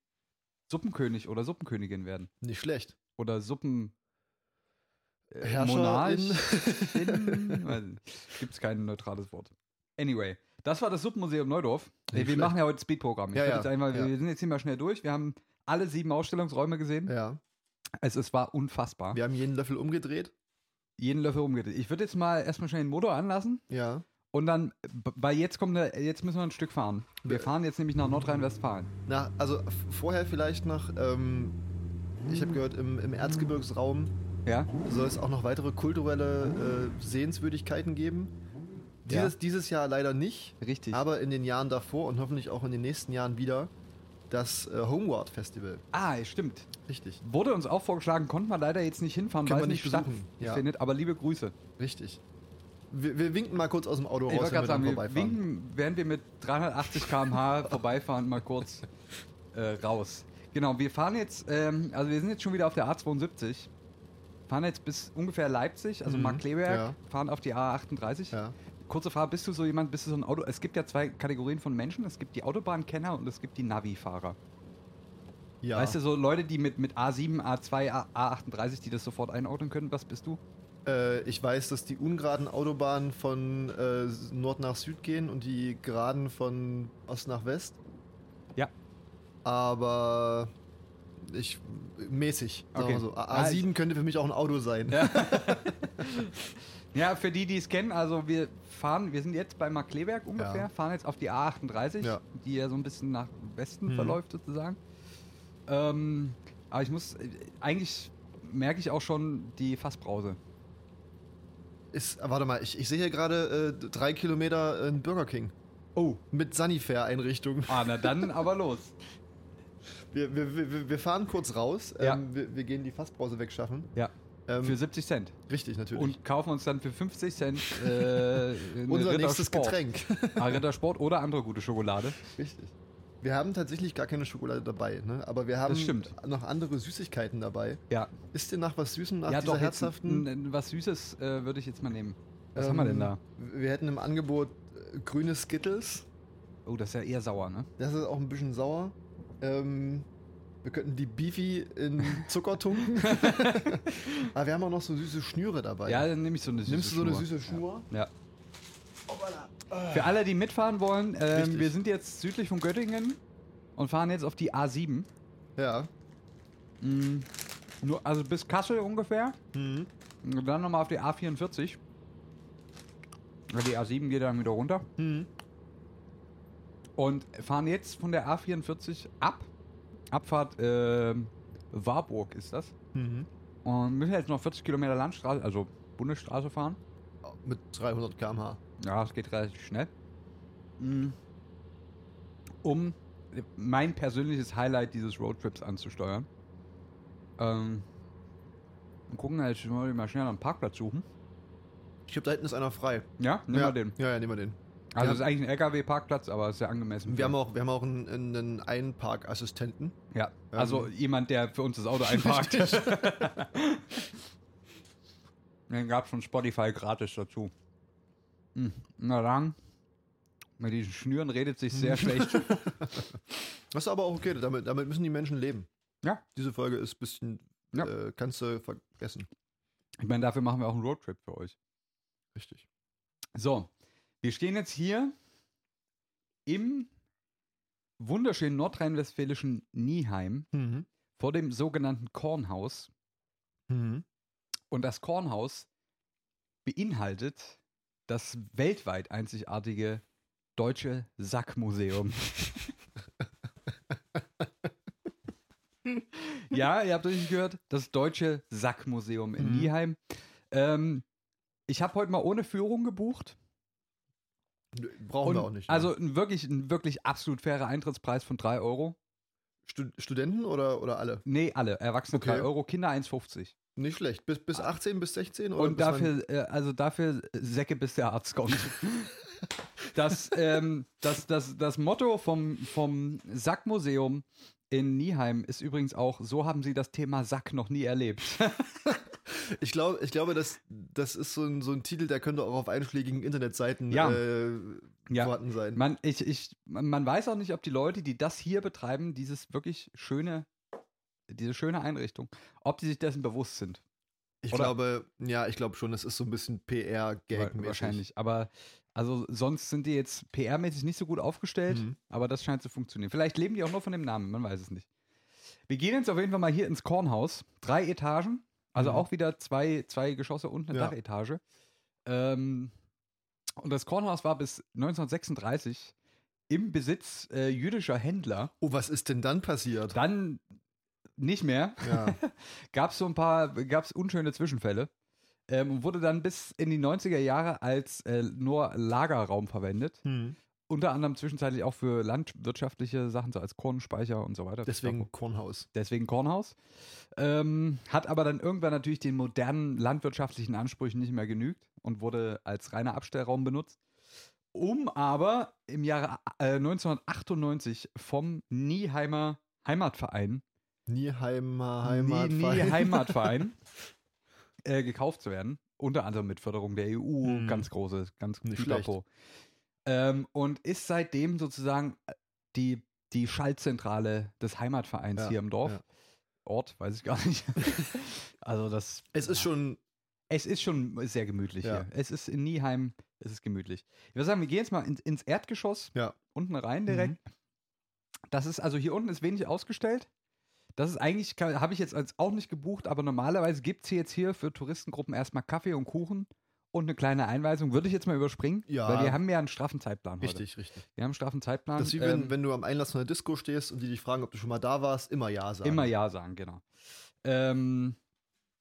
[SPEAKER 1] Suppenkönig oder Suppenkönigin werden
[SPEAKER 2] Nicht schlecht.
[SPEAKER 1] oder Suppen. äh,
[SPEAKER 2] Herrscher
[SPEAKER 1] Monarchin.
[SPEAKER 2] in-
[SPEAKER 1] Weiß nicht. Gibt's kein neutrales Wort. Anyway, das war das Suppenmuseum Neudorf.
[SPEAKER 2] Nicht
[SPEAKER 1] Ey, wir
[SPEAKER 2] schlecht.
[SPEAKER 1] machen ja heute Speedprogramm. Ich
[SPEAKER 2] Ja,
[SPEAKER 1] würd
[SPEAKER 2] ja,
[SPEAKER 1] jetzt einmal-
[SPEAKER 2] ja.
[SPEAKER 1] Wir sind jetzt hier mal schnell durch. Wir haben alle sieben Ausstellungsräume gesehen.
[SPEAKER 2] Ja.
[SPEAKER 1] Also, es war unfassbar.
[SPEAKER 2] Wir haben jeden Löffel umgedreht.
[SPEAKER 1] Jeden Löffel umgedreht. Ich würde jetzt mal erstmal schnell den Motor anlassen
[SPEAKER 2] Ja.
[SPEAKER 1] und dann, b- weil jetzt kommt, eine- jetzt müssen wir ein Stück fahren. Wir
[SPEAKER 2] Ja.
[SPEAKER 1] fahren jetzt nämlich nach Nordrhein-Westfalen.
[SPEAKER 2] Na, also f- vorher vielleicht noch, ähm, ich habe gehört, im, im Erzgebirgsraum
[SPEAKER 1] Ja?
[SPEAKER 2] soll es auch noch weitere kulturelle äh, Sehenswürdigkeiten geben. Dieses, dieses Jahr leider nicht,
[SPEAKER 1] Richtig.
[SPEAKER 2] aber in den Jahren davor und hoffentlich auch in den nächsten Jahren wieder das äh, Homeward Festival.
[SPEAKER 1] ah, stimmt.
[SPEAKER 2] Richtig,
[SPEAKER 1] Wurde uns auch vorgeschlagen, konnten wir leider jetzt nicht hinfahren,
[SPEAKER 2] Können
[SPEAKER 1] weil es nicht
[SPEAKER 2] wir nicht besuchen, ja.
[SPEAKER 1] stattfindet. Aber liebe Grüße.
[SPEAKER 2] richtig. Wir, wir winken mal kurz aus dem Auto
[SPEAKER 1] Ich
[SPEAKER 2] raus,
[SPEAKER 1] wollte gerade sagen, wir
[SPEAKER 2] vorbeifahren.
[SPEAKER 1] winken, während wir mit 380 km/h vorbeifahren, mal kurz äh, raus. Genau, wir fahren jetzt, ähm, also wir sind jetzt schon wieder auf der A72, fahren jetzt bis ungefähr Leipzig, also
[SPEAKER 2] Mhm,
[SPEAKER 1] Markkleeberg,
[SPEAKER 2] ja.
[SPEAKER 1] fahren auf die A38.
[SPEAKER 2] Ja.
[SPEAKER 1] Kurze Frage, bist du so jemand, bist du so ein Auto? Es gibt ja zwei Kategorien von Menschen, es gibt die Autobahnkenner und es gibt die Navi-Fahrer.
[SPEAKER 2] Ja.
[SPEAKER 1] Weißt du, so Leute, die mit, mit A7, A2, A, A38, die das sofort einordnen können, was bist du?
[SPEAKER 2] äh, ich weiß, dass die ungeraden Autobahnen von äh, Nord nach Süd gehen und die geraden von Ost nach West.
[SPEAKER 1] Ja.
[SPEAKER 2] aber ich mäßig. sagen
[SPEAKER 1] Okay.
[SPEAKER 2] wir so.
[SPEAKER 1] Ah,
[SPEAKER 2] A- A7 könnte für mich auch ein Auto sein.
[SPEAKER 1] Ja. Ja, für die, die es kennen, also wir fahren, wir sind jetzt bei Markkleeberg ungefähr,
[SPEAKER 2] Ja.
[SPEAKER 1] fahren jetzt auf die A38,
[SPEAKER 2] Ja.
[SPEAKER 1] die ja so ein bisschen nach Westen
[SPEAKER 2] Mhm.
[SPEAKER 1] verläuft sozusagen. Ähm, aber ich muss, äh, eigentlich merke ich auch schon die Fassbrause.
[SPEAKER 2] Ist, warte mal, ich, ich sehe hier gerade äh, drei Kilometer äh, ein Burger King
[SPEAKER 1] Oh.
[SPEAKER 2] mit Sanifair-Einrichtung.
[SPEAKER 1] Ah, na dann aber los.
[SPEAKER 2] Wir, wir, wir, wir fahren kurz raus.
[SPEAKER 1] Ja.
[SPEAKER 2] Ähm, wir, wir gehen die Fassbrause wegschaffen.
[SPEAKER 1] Ja,
[SPEAKER 2] Ähm,
[SPEAKER 1] für 70 Cent.
[SPEAKER 2] richtig, natürlich.
[SPEAKER 1] Und kaufen uns dann für 50 Cent äh, eine
[SPEAKER 2] Unser
[SPEAKER 1] Ritter
[SPEAKER 2] nächstes
[SPEAKER 1] Sport.
[SPEAKER 2] Getränk.
[SPEAKER 1] Ah, Rittersport oder andere gute Schokolade.
[SPEAKER 2] richtig. Wir haben tatsächlich gar keine Schokolade dabei, ne? aber wir haben
[SPEAKER 1] Das stimmt.
[SPEAKER 2] noch andere Süßigkeiten dabei.
[SPEAKER 1] Ja,
[SPEAKER 2] Ist dir nach was Süßem, nach
[SPEAKER 1] ja
[SPEAKER 2] dieser
[SPEAKER 1] doch, jetzt,
[SPEAKER 2] herzhaften?
[SPEAKER 1] n- n- was Süßes äh, würde ich jetzt mal nehmen. Was haben wir
[SPEAKER 2] Ähm,
[SPEAKER 1] denn da?
[SPEAKER 2] Wir hätten im Angebot äh, grüne Skittles.
[SPEAKER 1] Oh, das ist ja eher sauer, ne?
[SPEAKER 2] Das ist auch ein bisschen sauer. Ähm, wir könnten die Beefy in Zucker tunken. Aber wir haben auch noch so süße Schnüre dabei.
[SPEAKER 1] Ja, dann nehme ich so eine süße
[SPEAKER 2] Nimmst du so eine
[SPEAKER 1] Schnur.
[SPEAKER 2] süße Schnur?
[SPEAKER 1] Ja. Für alle, die mitfahren wollen, ähm,
[SPEAKER 2] Richtig.
[SPEAKER 1] wir sind jetzt südlich von Göttingen und fahren jetzt auf die A7.
[SPEAKER 2] Ja.
[SPEAKER 1] Mm, Nur, also bis Kassel ungefähr.
[SPEAKER 2] Mhm.
[SPEAKER 1] Und dann nochmal auf die A44. Ja, Die A7 geht dann wieder runter.
[SPEAKER 2] Mhm.
[SPEAKER 1] Und fahren jetzt von der A44 ab. Abfahrt ähm, Warburg ist das.
[SPEAKER 2] Mhm.
[SPEAKER 1] Und müssen jetzt noch 40 Kilometer Landstraße, also Bundesstraße fahren.
[SPEAKER 2] Mit 300 km/h.
[SPEAKER 1] Ja, es geht relativ schnell. Mm.
[SPEAKER 2] Mhm.
[SPEAKER 1] Um mein persönliches Highlight dieses Roadtrips anzusteuern. Ähm, und gucken, halt jetzt wollen wir mal schnell einen Parkplatz suchen.
[SPEAKER 2] Ich glaube, da hinten ist einer frei.
[SPEAKER 1] Ja, nehmen
[SPEAKER 2] ja.
[SPEAKER 1] wir den.
[SPEAKER 2] Ja, ja, nehmen wir den.
[SPEAKER 1] Also
[SPEAKER 2] Ja.
[SPEAKER 1] es ist eigentlich ein LKW-Parkplatz, aber ist ja angemessen.
[SPEAKER 2] Wir haben auch, wir haben auch einen, einen Einparkassistenten.
[SPEAKER 1] ja,
[SPEAKER 2] Ähm.
[SPEAKER 1] also jemand, der für uns das Auto einparkt. Den gab es von Spotify gratis dazu. Hm, na dann, mit diesen Schnüren redet sich sehr schlecht.
[SPEAKER 2] Das ist aber auch okay, damit, damit müssen die Menschen leben.
[SPEAKER 1] Ja.
[SPEAKER 2] Diese Folge ist ein bisschen,
[SPEAKER 1] Ja.
[SPEAKER 2] äh, kannst du vergessen.
[SPEAKER 1] Ich meine, dafür machen wir auch einen Roadtrip für euch.
[SPEAKER 2] Richtig.
[SPEAKER 1] So, wir stehen jetzt hier im wunderschönen nordrhein-westfälischen Nieheim
[SPEAKER 2] Mhm.
[SPEAKER 1] vor dem sogenannten Kornhaus.
[SPEAKER 2] Mhm.
[SPEAKER 1] Und das Kornhaus beinhaltet das weltweit einzigartige Deutsche Sackmuseum. ja, ihr habt richtig gehört, das Deutsche Sackmuseum in
[SPEAKER 2] Mhm.
[SPEAKER 1] Nieheim. Ähm, ich habe heute mal ohne Führung gebucht.
[SPEAKER 2] Brauchen wir
[SPEAKER 1] Und
[SPEAKER 2] auch nicht. ne?
[SPEAKER 1] Also ein wirklich, ein wirklich absolut fairer Eintrittspreis von 3 Euro.
[SPEAKER 2] Stu Studenten oder, oder alle?
[SPEAKER 1] Nee, alle. Erwachsene
[SPEAKER 2] Okay.
[SPEAKER 1] 3 Euro, Kinder 1,50.
[SPEAKER 2] Nicht schlecht. Bis, bis 18, bis 16 oder
[SPEAKER 1] Ah. Und
[SPEAKER 2] bis wann?
[SPEAKER 1] dafür, äh, also dafür Säcke, bis der Arzt kommt. das, ähm, das, das, das Motto vom, vom Sackmuseum in Nieheim ist übrigens auch, so haben sie das Thema Sack noch nie erlebt.
[SPEAKER 2] Ich glaube, ich glaube, das, das ist so ein, so ein Titel, der könnte auch auf einschlägigen Internetseiten
[SPEAKER 1] Ja.
[SPEAKER 2] äh,
[SPEAKER 1] Ja.
[SPEAKER 2] vorhanden sein.
[SPEAKER 1] Man, ich, ich, man man weiß auch nicht, ob die Leute, die das hier betreiben, dieses wirklich schöne, diese schöne Einrichtung, ob die sich dessen bewusst sind.
[SPEAKER 2] ich
[SPEAKER 1] oder-
[SPEAKER 2] glaube, ja, ich glaube schon, das ist so ein bisschen PR-Gag
[SPEAKER 1] Wa- Wahrscheinlich. Aber also sonst sind die jetzt PR-mäßig nicht so gut aufgestellt,
[SPEAKER 2] Mhm.
[SPEAKER 1] aber das scheint zu funktionieren. Vielleicht leben die auch nur von dem Namen, man weiß es nicht. Wir gehen jetzt auf jeden Fall mal hier ins Kornhaus. Drei Etagen, also
[SPEAKER 2] Mhm.
[SPEAKER 1] auch wieder zwei, zwei Geschosse und eine
[SPEAKER 2] Ja.
[SPEAKER 1] Dachetage. Ähm, und das Kornhaus war bis 1936 im Besitz äh, jüdischer Händler.
[SPEAKER 2] Oh, was ist denn dann passiert?
[SPEAKER 1] Dann nicht mehr
[SPEAKER 2] ja.
[SPEAKER 1] gab es so ein paar, gab es unschöne Zwischenfälle. Ähm, und wurde dann bis in die 90er Jahre als äh, nur Lagerraum verwendet.
[SPEAKER 2] Hm.
[SPEAKER 1] Unter anderem zwischenzeitlich auch für landwirtschaftliche Sachen, so als Kornspeicher und so weiter.
[SPEAKER 2] Deswegen Kornhaus.
[SPEAKER 1] Deswegen Kornhaus. Ähm, hat aber dann irgendwann natürlich den modernen landwirtschaftlichen Ansprüchen nicht mehr genügt und wurde als reiner Abstellraum benutzt. Um aber im Jahre äh, 1998 vom Nieheimer Heimatverein
[SPEAKER 2] Nieheimer
[SPEAKER 1] nie, nie
[SPEAKER 2] Heimatverein.
[SPEAKER 1] Heimatverein äh, gekauft zu werden. Unter anderem mit Förderung der EU,
[SPEAKER 2] Mhm.
[SPEAKER 1] ganz große, ganz
[SPEAKER 2] Nicht
[SPEAKER 1] Pipapo. Ähm, und ist seitdem sozusagen äh, die, die Schaltzentrale des Heimatvereins
[SPEAKER 2] Ja,
[SPEAKER 1] hier im Dorf.
[SPEAKER 2] ja.
[SPEAKER 1] Ort, weiß ich gar nicht. also das.
[SPEAKER 2] Es ist schon
[SPEAKER 1] Es ist schon sehr gemütlich
[SPEAKER 2] Ja.
[SPEAKER 1] hier. Es ist in Nieheim, es ist gemütlich. Ich würde sagen, wir gehen jetzt mal ins, ins Erdgeschoss,
[SPEAKER 2] Ja. Mhm.
[SPEAKER 1] unten rein direkt. Das ist, also hier unten ist wenig ausgestellt. Das ist eigentlich, habe ich jetzt als auch nicht gebucht, aber normalerweise gibt es hier jetzt hier für Touristengruppen erstmal Kaffee und Kuchen und eine kleine Einweisung. Würde ich jetzt mal überspringen,
[SPEAKER 2] Ja.
[SPEAKER 1] weil wir haben ja einen straffen Zeitplan heute.
[SPEAKER 2] richtig, richtig.
[SPEAKER 1] Wir haben einen straffen Zeitplan.
[SPEAKER 2] Das ist wie
[SPEAKER 1] Ähm,
[SPEAKER 2] wenn, wenn du am Einlass von der Disco stehst und die dich fragen, ob du schon mal da warst, immer Ja sagen.
[SPEAKER 1] Immer Ja sagen, genau. Ähm,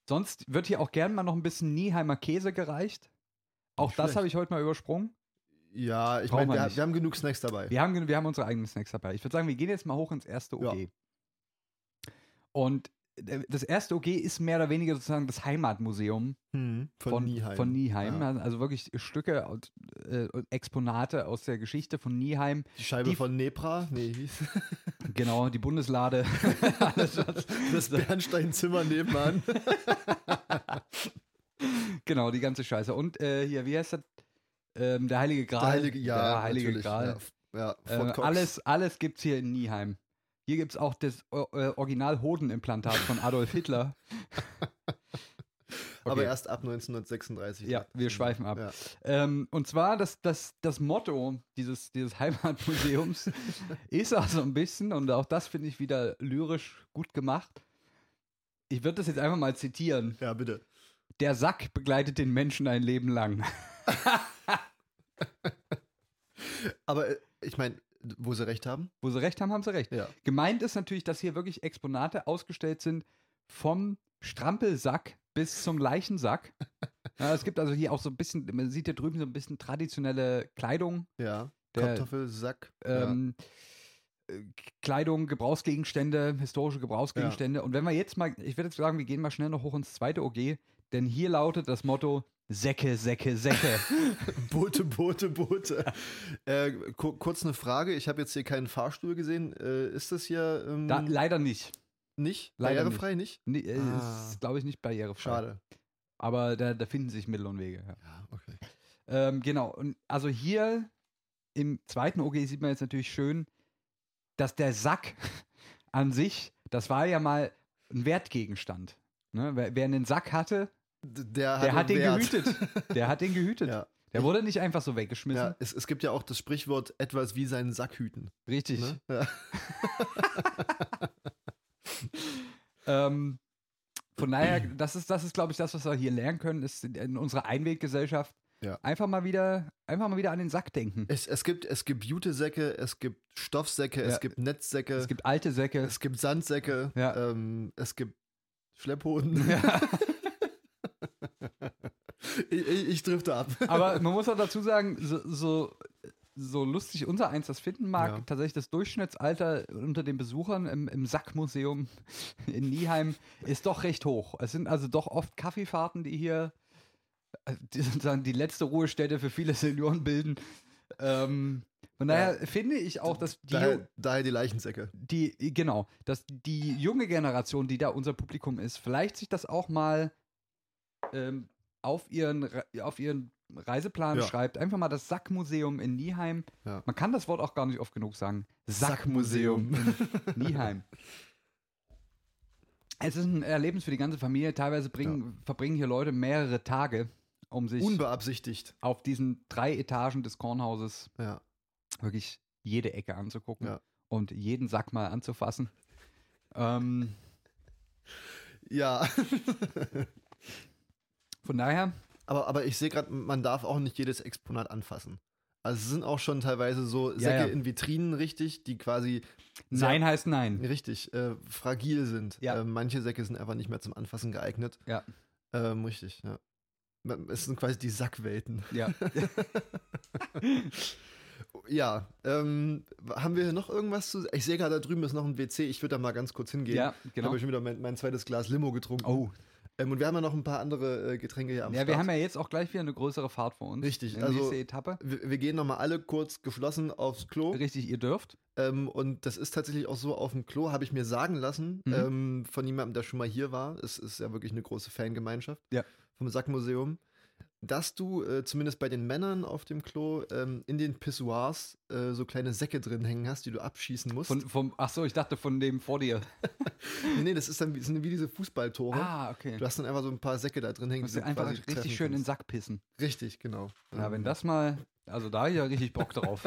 [SPEAKER 1] sonst wird hier auch gern mal noch ein bisschen Nieheimer Käse gereicht. Auch
[SPEAKER 2] Nicht
[SPEAKER 1] das
[SPEAKER 2] schlecht.
[SPEAKER 1] habe ich heute mal übersprungen.
[SPEAKER 2] Ja, ich
[SPEAKER 1] Braucht
[SPEAKER 2] meine,
[SPEAKER 1] man
[SPEAKER 2] wir,
[SPEAKER 1] nicht.
[SPEAKER 2] wir haben genug Snacks dabei.
[SPEAKER 1] Wir haben, gen- wir haben unsere eigenen Snacks dabei. Ich würde sagen, wir gehen jetzt mal hoch ins erste OG. Und äh, das erste OG ist mehr oder weniger sozusagen das Heimatmuseum
[SPEAKER 2] Hm, Von,
[SPEAKER 1] von
[SPEAKER 2] Nieheim.
[SPEAKER 1] Von Nieheim.
[SPEAKER 2] Ja.
[SPEAKER 1] Also wirklich Stücke und, äh, und Exponate aus der Geschichte von Nieheim.
[SPEAKER 2] Die Scheibe
[SPEAKER 1] Die-
[SPEAKER 2] von Nepra? Nee, wie hieß
[SPEAKER 1] Genau, die Bundeslade. Alles, was,
[SPEAKER 2] das? Bernsteinzimmer nebenan.
[SPEAKER 1] Genau, die ganze Scheiße. Und äh, hier, wie heißt das? Ähm, der Heilige Gral.
[SPEAKER 2] Der Heilige, ja,
[SPEAKER 1] der Heilige
[SPEAKER 2] natürlich,
[SPEAKER 1] Gral.
[SPEAKER 2] Ja, ja, Fort
[SPEAKER 1] Äh,
[SPEAKER 2] Cox.
[SPEAKER 1] alles alles gibt es hier in Nieheim. Hier gibt es auch das O- äh, Original-Hodenimplantat von Adolf Hitler.
[SPEAKER 2] Aber
[SPEAKER 1] Okay.
[SPEAKER 2] erst ab Hm. 1936.
[SPEAKER 1] Ja, wir schweifen ab.
[SPEAKER 2] Ja.
[SPEAKER 1] Ähm, und zwar das, das, das Motto dieses, dieses Heimatmuseums ist auch so ein bisschen, und auch das finde ich wieder lyrisch gut gemacht. Ich würde das jetzt einfach mal zitieren.
[SPEAKER 2] ja, bitte.
[SPEAKER 1] Der Sack begleitet den Menschen ein Leben lang.
[SPEAKER 2] Aber äh, ich meine, wo sie recht haben?
[SPEAKER 1] Wo sie recht haben, haben sie recht.
[SPEAKER 2] Ja.
[SPEAKER 1] Gemeint ist natürlich, dass hier wirklich Exponate ausgestellt sind vom Strampelsack bis zum Leichensack. Ja, es gibt also hier auch so ein bisschen, man sieht hier drüben so ein bisschen traditionelle Kleidung,
[SPEAKER 2] Ja.
[SPEAKER 1] Der-
[SPEAKER 2] Kartoffelsack.
[SPEAKER 1] ähm, äh, Kleidung, Gebrauchsgegenstände, historische Gebrauchsgegenstände. Und wenn wir jetzt mal, ich würde jetzt sagen, wir gehen mal schnell noch hoch ins zweite OG, denn hier lautet das Motto Säcke, Säcke, Säcke.
[SPEAKER 2] Boote, Boote, Boote. äh, ku kurz eine Frage. Ich habe jetzt hier keinen Fahrstuhl gesehen. Äh, ist das hier ähm,
[SPEAKER 1] da, leider nicht.
[SPEAKER 2] nicht?
[SPEAKER 1] leider
[SPEAKER 2] Barrierefrei nicht?
[SPEAKER 1] Nee, äh,
[SPEAKER 2] Ah.
[SPEAKER 1] Ist, glaube ich, nicht barrierefrei.
[SPEAKER 2] Schade.
[SPEAKER 1] Aber da, da finden sich Mittel und Wege. Ja.
[SPEAKER 2] Ja, okay.
[SPEAKER 1] Ähm, genau. Und also hier im zweiten OG sieht man jetzt natürlich schön, dass der Sack an sich, das war ja mal ein Wertgegenstand. Ne? Wer, wer einen Sack hatte,
[SPEAKER 2] D- Der hat,
[SPEAKER 1] der hat den
[SPEAKER 2] Wert.
[SPEAKER 1] gehütet. Der hat den gehütet.
[SPEAKER 2] Ja.
[SPEAKER 1] Der wurde nicht einfach so weggeschmissen.
[SPEAKER 2] Ja, es, es gibt ja auch das Sprichwort etwas wie seinen Sack hüten.
[SPEAKER 1] Richtig.
[SPEAKER 2] Ne? Ja.
[SPEAKER 1] Ähm, von daher, das ist, das ist, glaube ich, das, was wir hier lernen können, ist in- in unserer Einweggesellschaft
[SPEAKER 2] Ja.
[SPEAKER 1] einfach mal wieder, einfach mal wieder an den Sack denken.
[SPEAKER 2] Es, es gibt, es gibt Jutesäcke, es gibt Stoffsäcke,
[SPEAKER 1] Ja.
[SPEAKER 2] es gibt Netzsäcke,
[SPEAKER 1] Es gibt alte Säcke.
[SPEAKER 2] es gibt Sandsäcke,
[SPEAKER 1] Ja.
[SPEAKER 2] ähm, es gibt Schlepphoden.
[SPEAKER 1] ja.
[SPEAKER 2] Ich, ich, ich drifte ab.
[SPEAKER 1] Aber man muss auch dazu sagen, so, so, so lustig unser eins das finden mag,
[SPEAKER 2] Ja.
[SPEAKER 1] tatsächlich das Durchschnittsalter unter den Besuchern im, im Sackmuseum in Nieheim ist doch recht hoch. Es sind also doch oft Kaffeefahrten, die hier äh, die sozusagen die letzte Ruhestätte für viele Senioren bilden. Ähm, von daher finde ich auch, dass die,
[SPEAKER 2] daher, daher die Leichensäcke.
[SPEAKER 1] die, genau, dass die junge Generation, die da unser Publikum ist, vielleicht sich das auch mal ähm, auf, ihren, Re- auf ihren Reiseplan
[SPEAKER 2] Ja.
[SPEAKER 1] schreibt. Einfach mal das Sackmuseum in Nieheim.
[SPEAKER 2] Ja.
[SPEAKER 1] Man kann das Wort auch gar nicht oft genug sagen. Sackmuseum in Nieheim. Es ist ein Erlebnis für die ganze Familie. Teilweise bringen, verbringen hier Leute mehrere Tage, um sich
[SPEAKER 2] Unbeabsichtigt.
[SPEAKER 1] auf diesen drei Etagen des Kornhauses
[SPEAKER 2] Ja.
[SPEAKER 1] wirklich jede Ecke anzugucken
[SPEAKER 2] Ja.
[SPEAKER 1] und jeden Sack mal anzufassen. Ähm,
[SPEAKER 2] Ja.
[SPEAKER 1] von daher,
[SPEAKER 2] Aber, aber ich sehe gerade, man darf auch nicht jedes Exponat anfassen. Also es sind auch schon teilweise so
[SPEAKER 1] ja.
[SPEAKER 2] Säcke in Vitrinen richtig, die quasi sehr-
[SPEAKER 1] nein heißt nein.
[SPEAKER 2] richtig äh, fragil sind.
[SPEAKER 1] Ja.
[SPEAKER 2] Ähm, manche Säcke sind einfach nicht mehr zum Anfassen geeignet.
[SPEAKER 1] Ja.
[SPEAKER 2] Ähm, richtig, ja. Man- Es sind quasi die Sackwelten.
[SPEAKER 1] Ja.
[SPEAKER 2] Ja, ähm, haben wir noch irgendwas zu. Ich sehe gerade, da drüben ist noch ein WC. Ich würde da mal ganz kurz hingehen.
[SPEAKER 1] ja,
[SPEAKER 2] Ich habe
[SPEAKER 1] genau.
[SPEAKER 2] ja schon wieder mein, mein zweites Glas Limo getrunken.
[SPEAKER 1] Oh,
[SPEAKER 2] Ähm, und wir haben ja noch ein paar andere äh, Getränke hier am
[SPEAKER 1] ja,
[SPEAKER 2] Start.
[SPEAKER 1] wir haben ja jetzt auch gleich wieder eine größere Fahrt vor uns.
[SPEAKER 2] Richtig,
[SPEAKER 1] Eine
[SPEAKER 2] also-
[SPEAKER 1] nächste Etappe.
[SPEAKER 2] wir, wir gehen nochmal alle kurz geschlossen aufs Klo.
[SPEAKER 1] Richtig, ihr dürft.
[SPEAKER 2] Ähm, und das ist tatsächlich auch so auf dem Klo, habe ich mir sagen lassen,
[SPEAKER 1] Mhm.
[SPEAKER 2] ähm, von jemandem, der schon mal hier war. Es ist ja wirklich eine große Fangemeinschaft
[SPEAKER 1] Ja.
[SPEAKER 2] vom Sackmuseum, dass du äh, zumindest bei den Männern auf dem Klo ähm, in den Pissoirs äh, so kleine Säcke drin hängen hast, die du abschießen musst.
[SPEAKER 1] Von, vom, ach so, ich dachte von dem vor dir.
[SPEAKER 2] nee, nee, das ist dann wie, sind wie diese Fußballtore.
[SPEAKER 1] Ah, okay.
[SPEAKER 2] Du hast dann einfach so ein paar Säcke da drin
[SPEAKER 1] Du
[SPEAKER 2] hängen.
[SPEAKER 1] musst einfach
[SPEAKER 2] quasi treffen
[SPEAKER 1] richtig schön in den
[SPEAKER 2] kannst.
[SPEAKER 1] Sack pissen.
[SPEAKER 2] Richtig, genau.
[SPEAKER 1] Ja,
[SPEAKER 2] Ähm,
[SPEAKER 1] wenn das mal, also da hab ich ja richtig Bock drauf.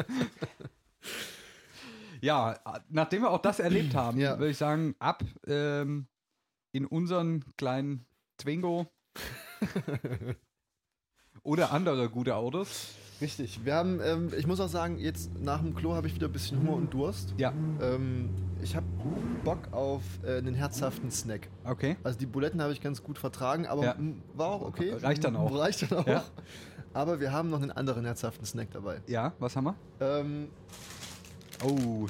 [SPEAKER 1] ja, nachdem wir auch das erlebt haben,
[SPEAKER 2] Ja.
[SPEAKER 1] würde ich sagen, ab ähm, in unseren kleinen Twingo oder andere gute Autos.
[SPEAKER 2] Richtig. Wir haben, ähm, ich muss auch sagen, jetzt nach dem Klo habe ich wieder ein bisschen Hunger und Durst.
[SPEAKER 1] Ja,
[SPEAKER 2] Ähm, ich habe Bock auf äh, einen herzhaften Snack.
[SPEAKER 1] okay.
[SPEAKER 2] Also die Buletten habe ich ganz gut vertragen, aber
[SPEAKER 1] Ja.
[SPEAKER 2] m- war auch okay.
[SPEAKER 1] Reicht dann auch.
[SPEAKER 2] Reicht dann auch.
[SPEAKER 1] Ja.
[SPEAKER 2] Aber wir haben noch einen anderen herzhaften Snack dabei.
[SPEAKER 1] Ja, was haben wir?
[SPEAKER 2] Ähm,
[SPEAKER 1] Oh,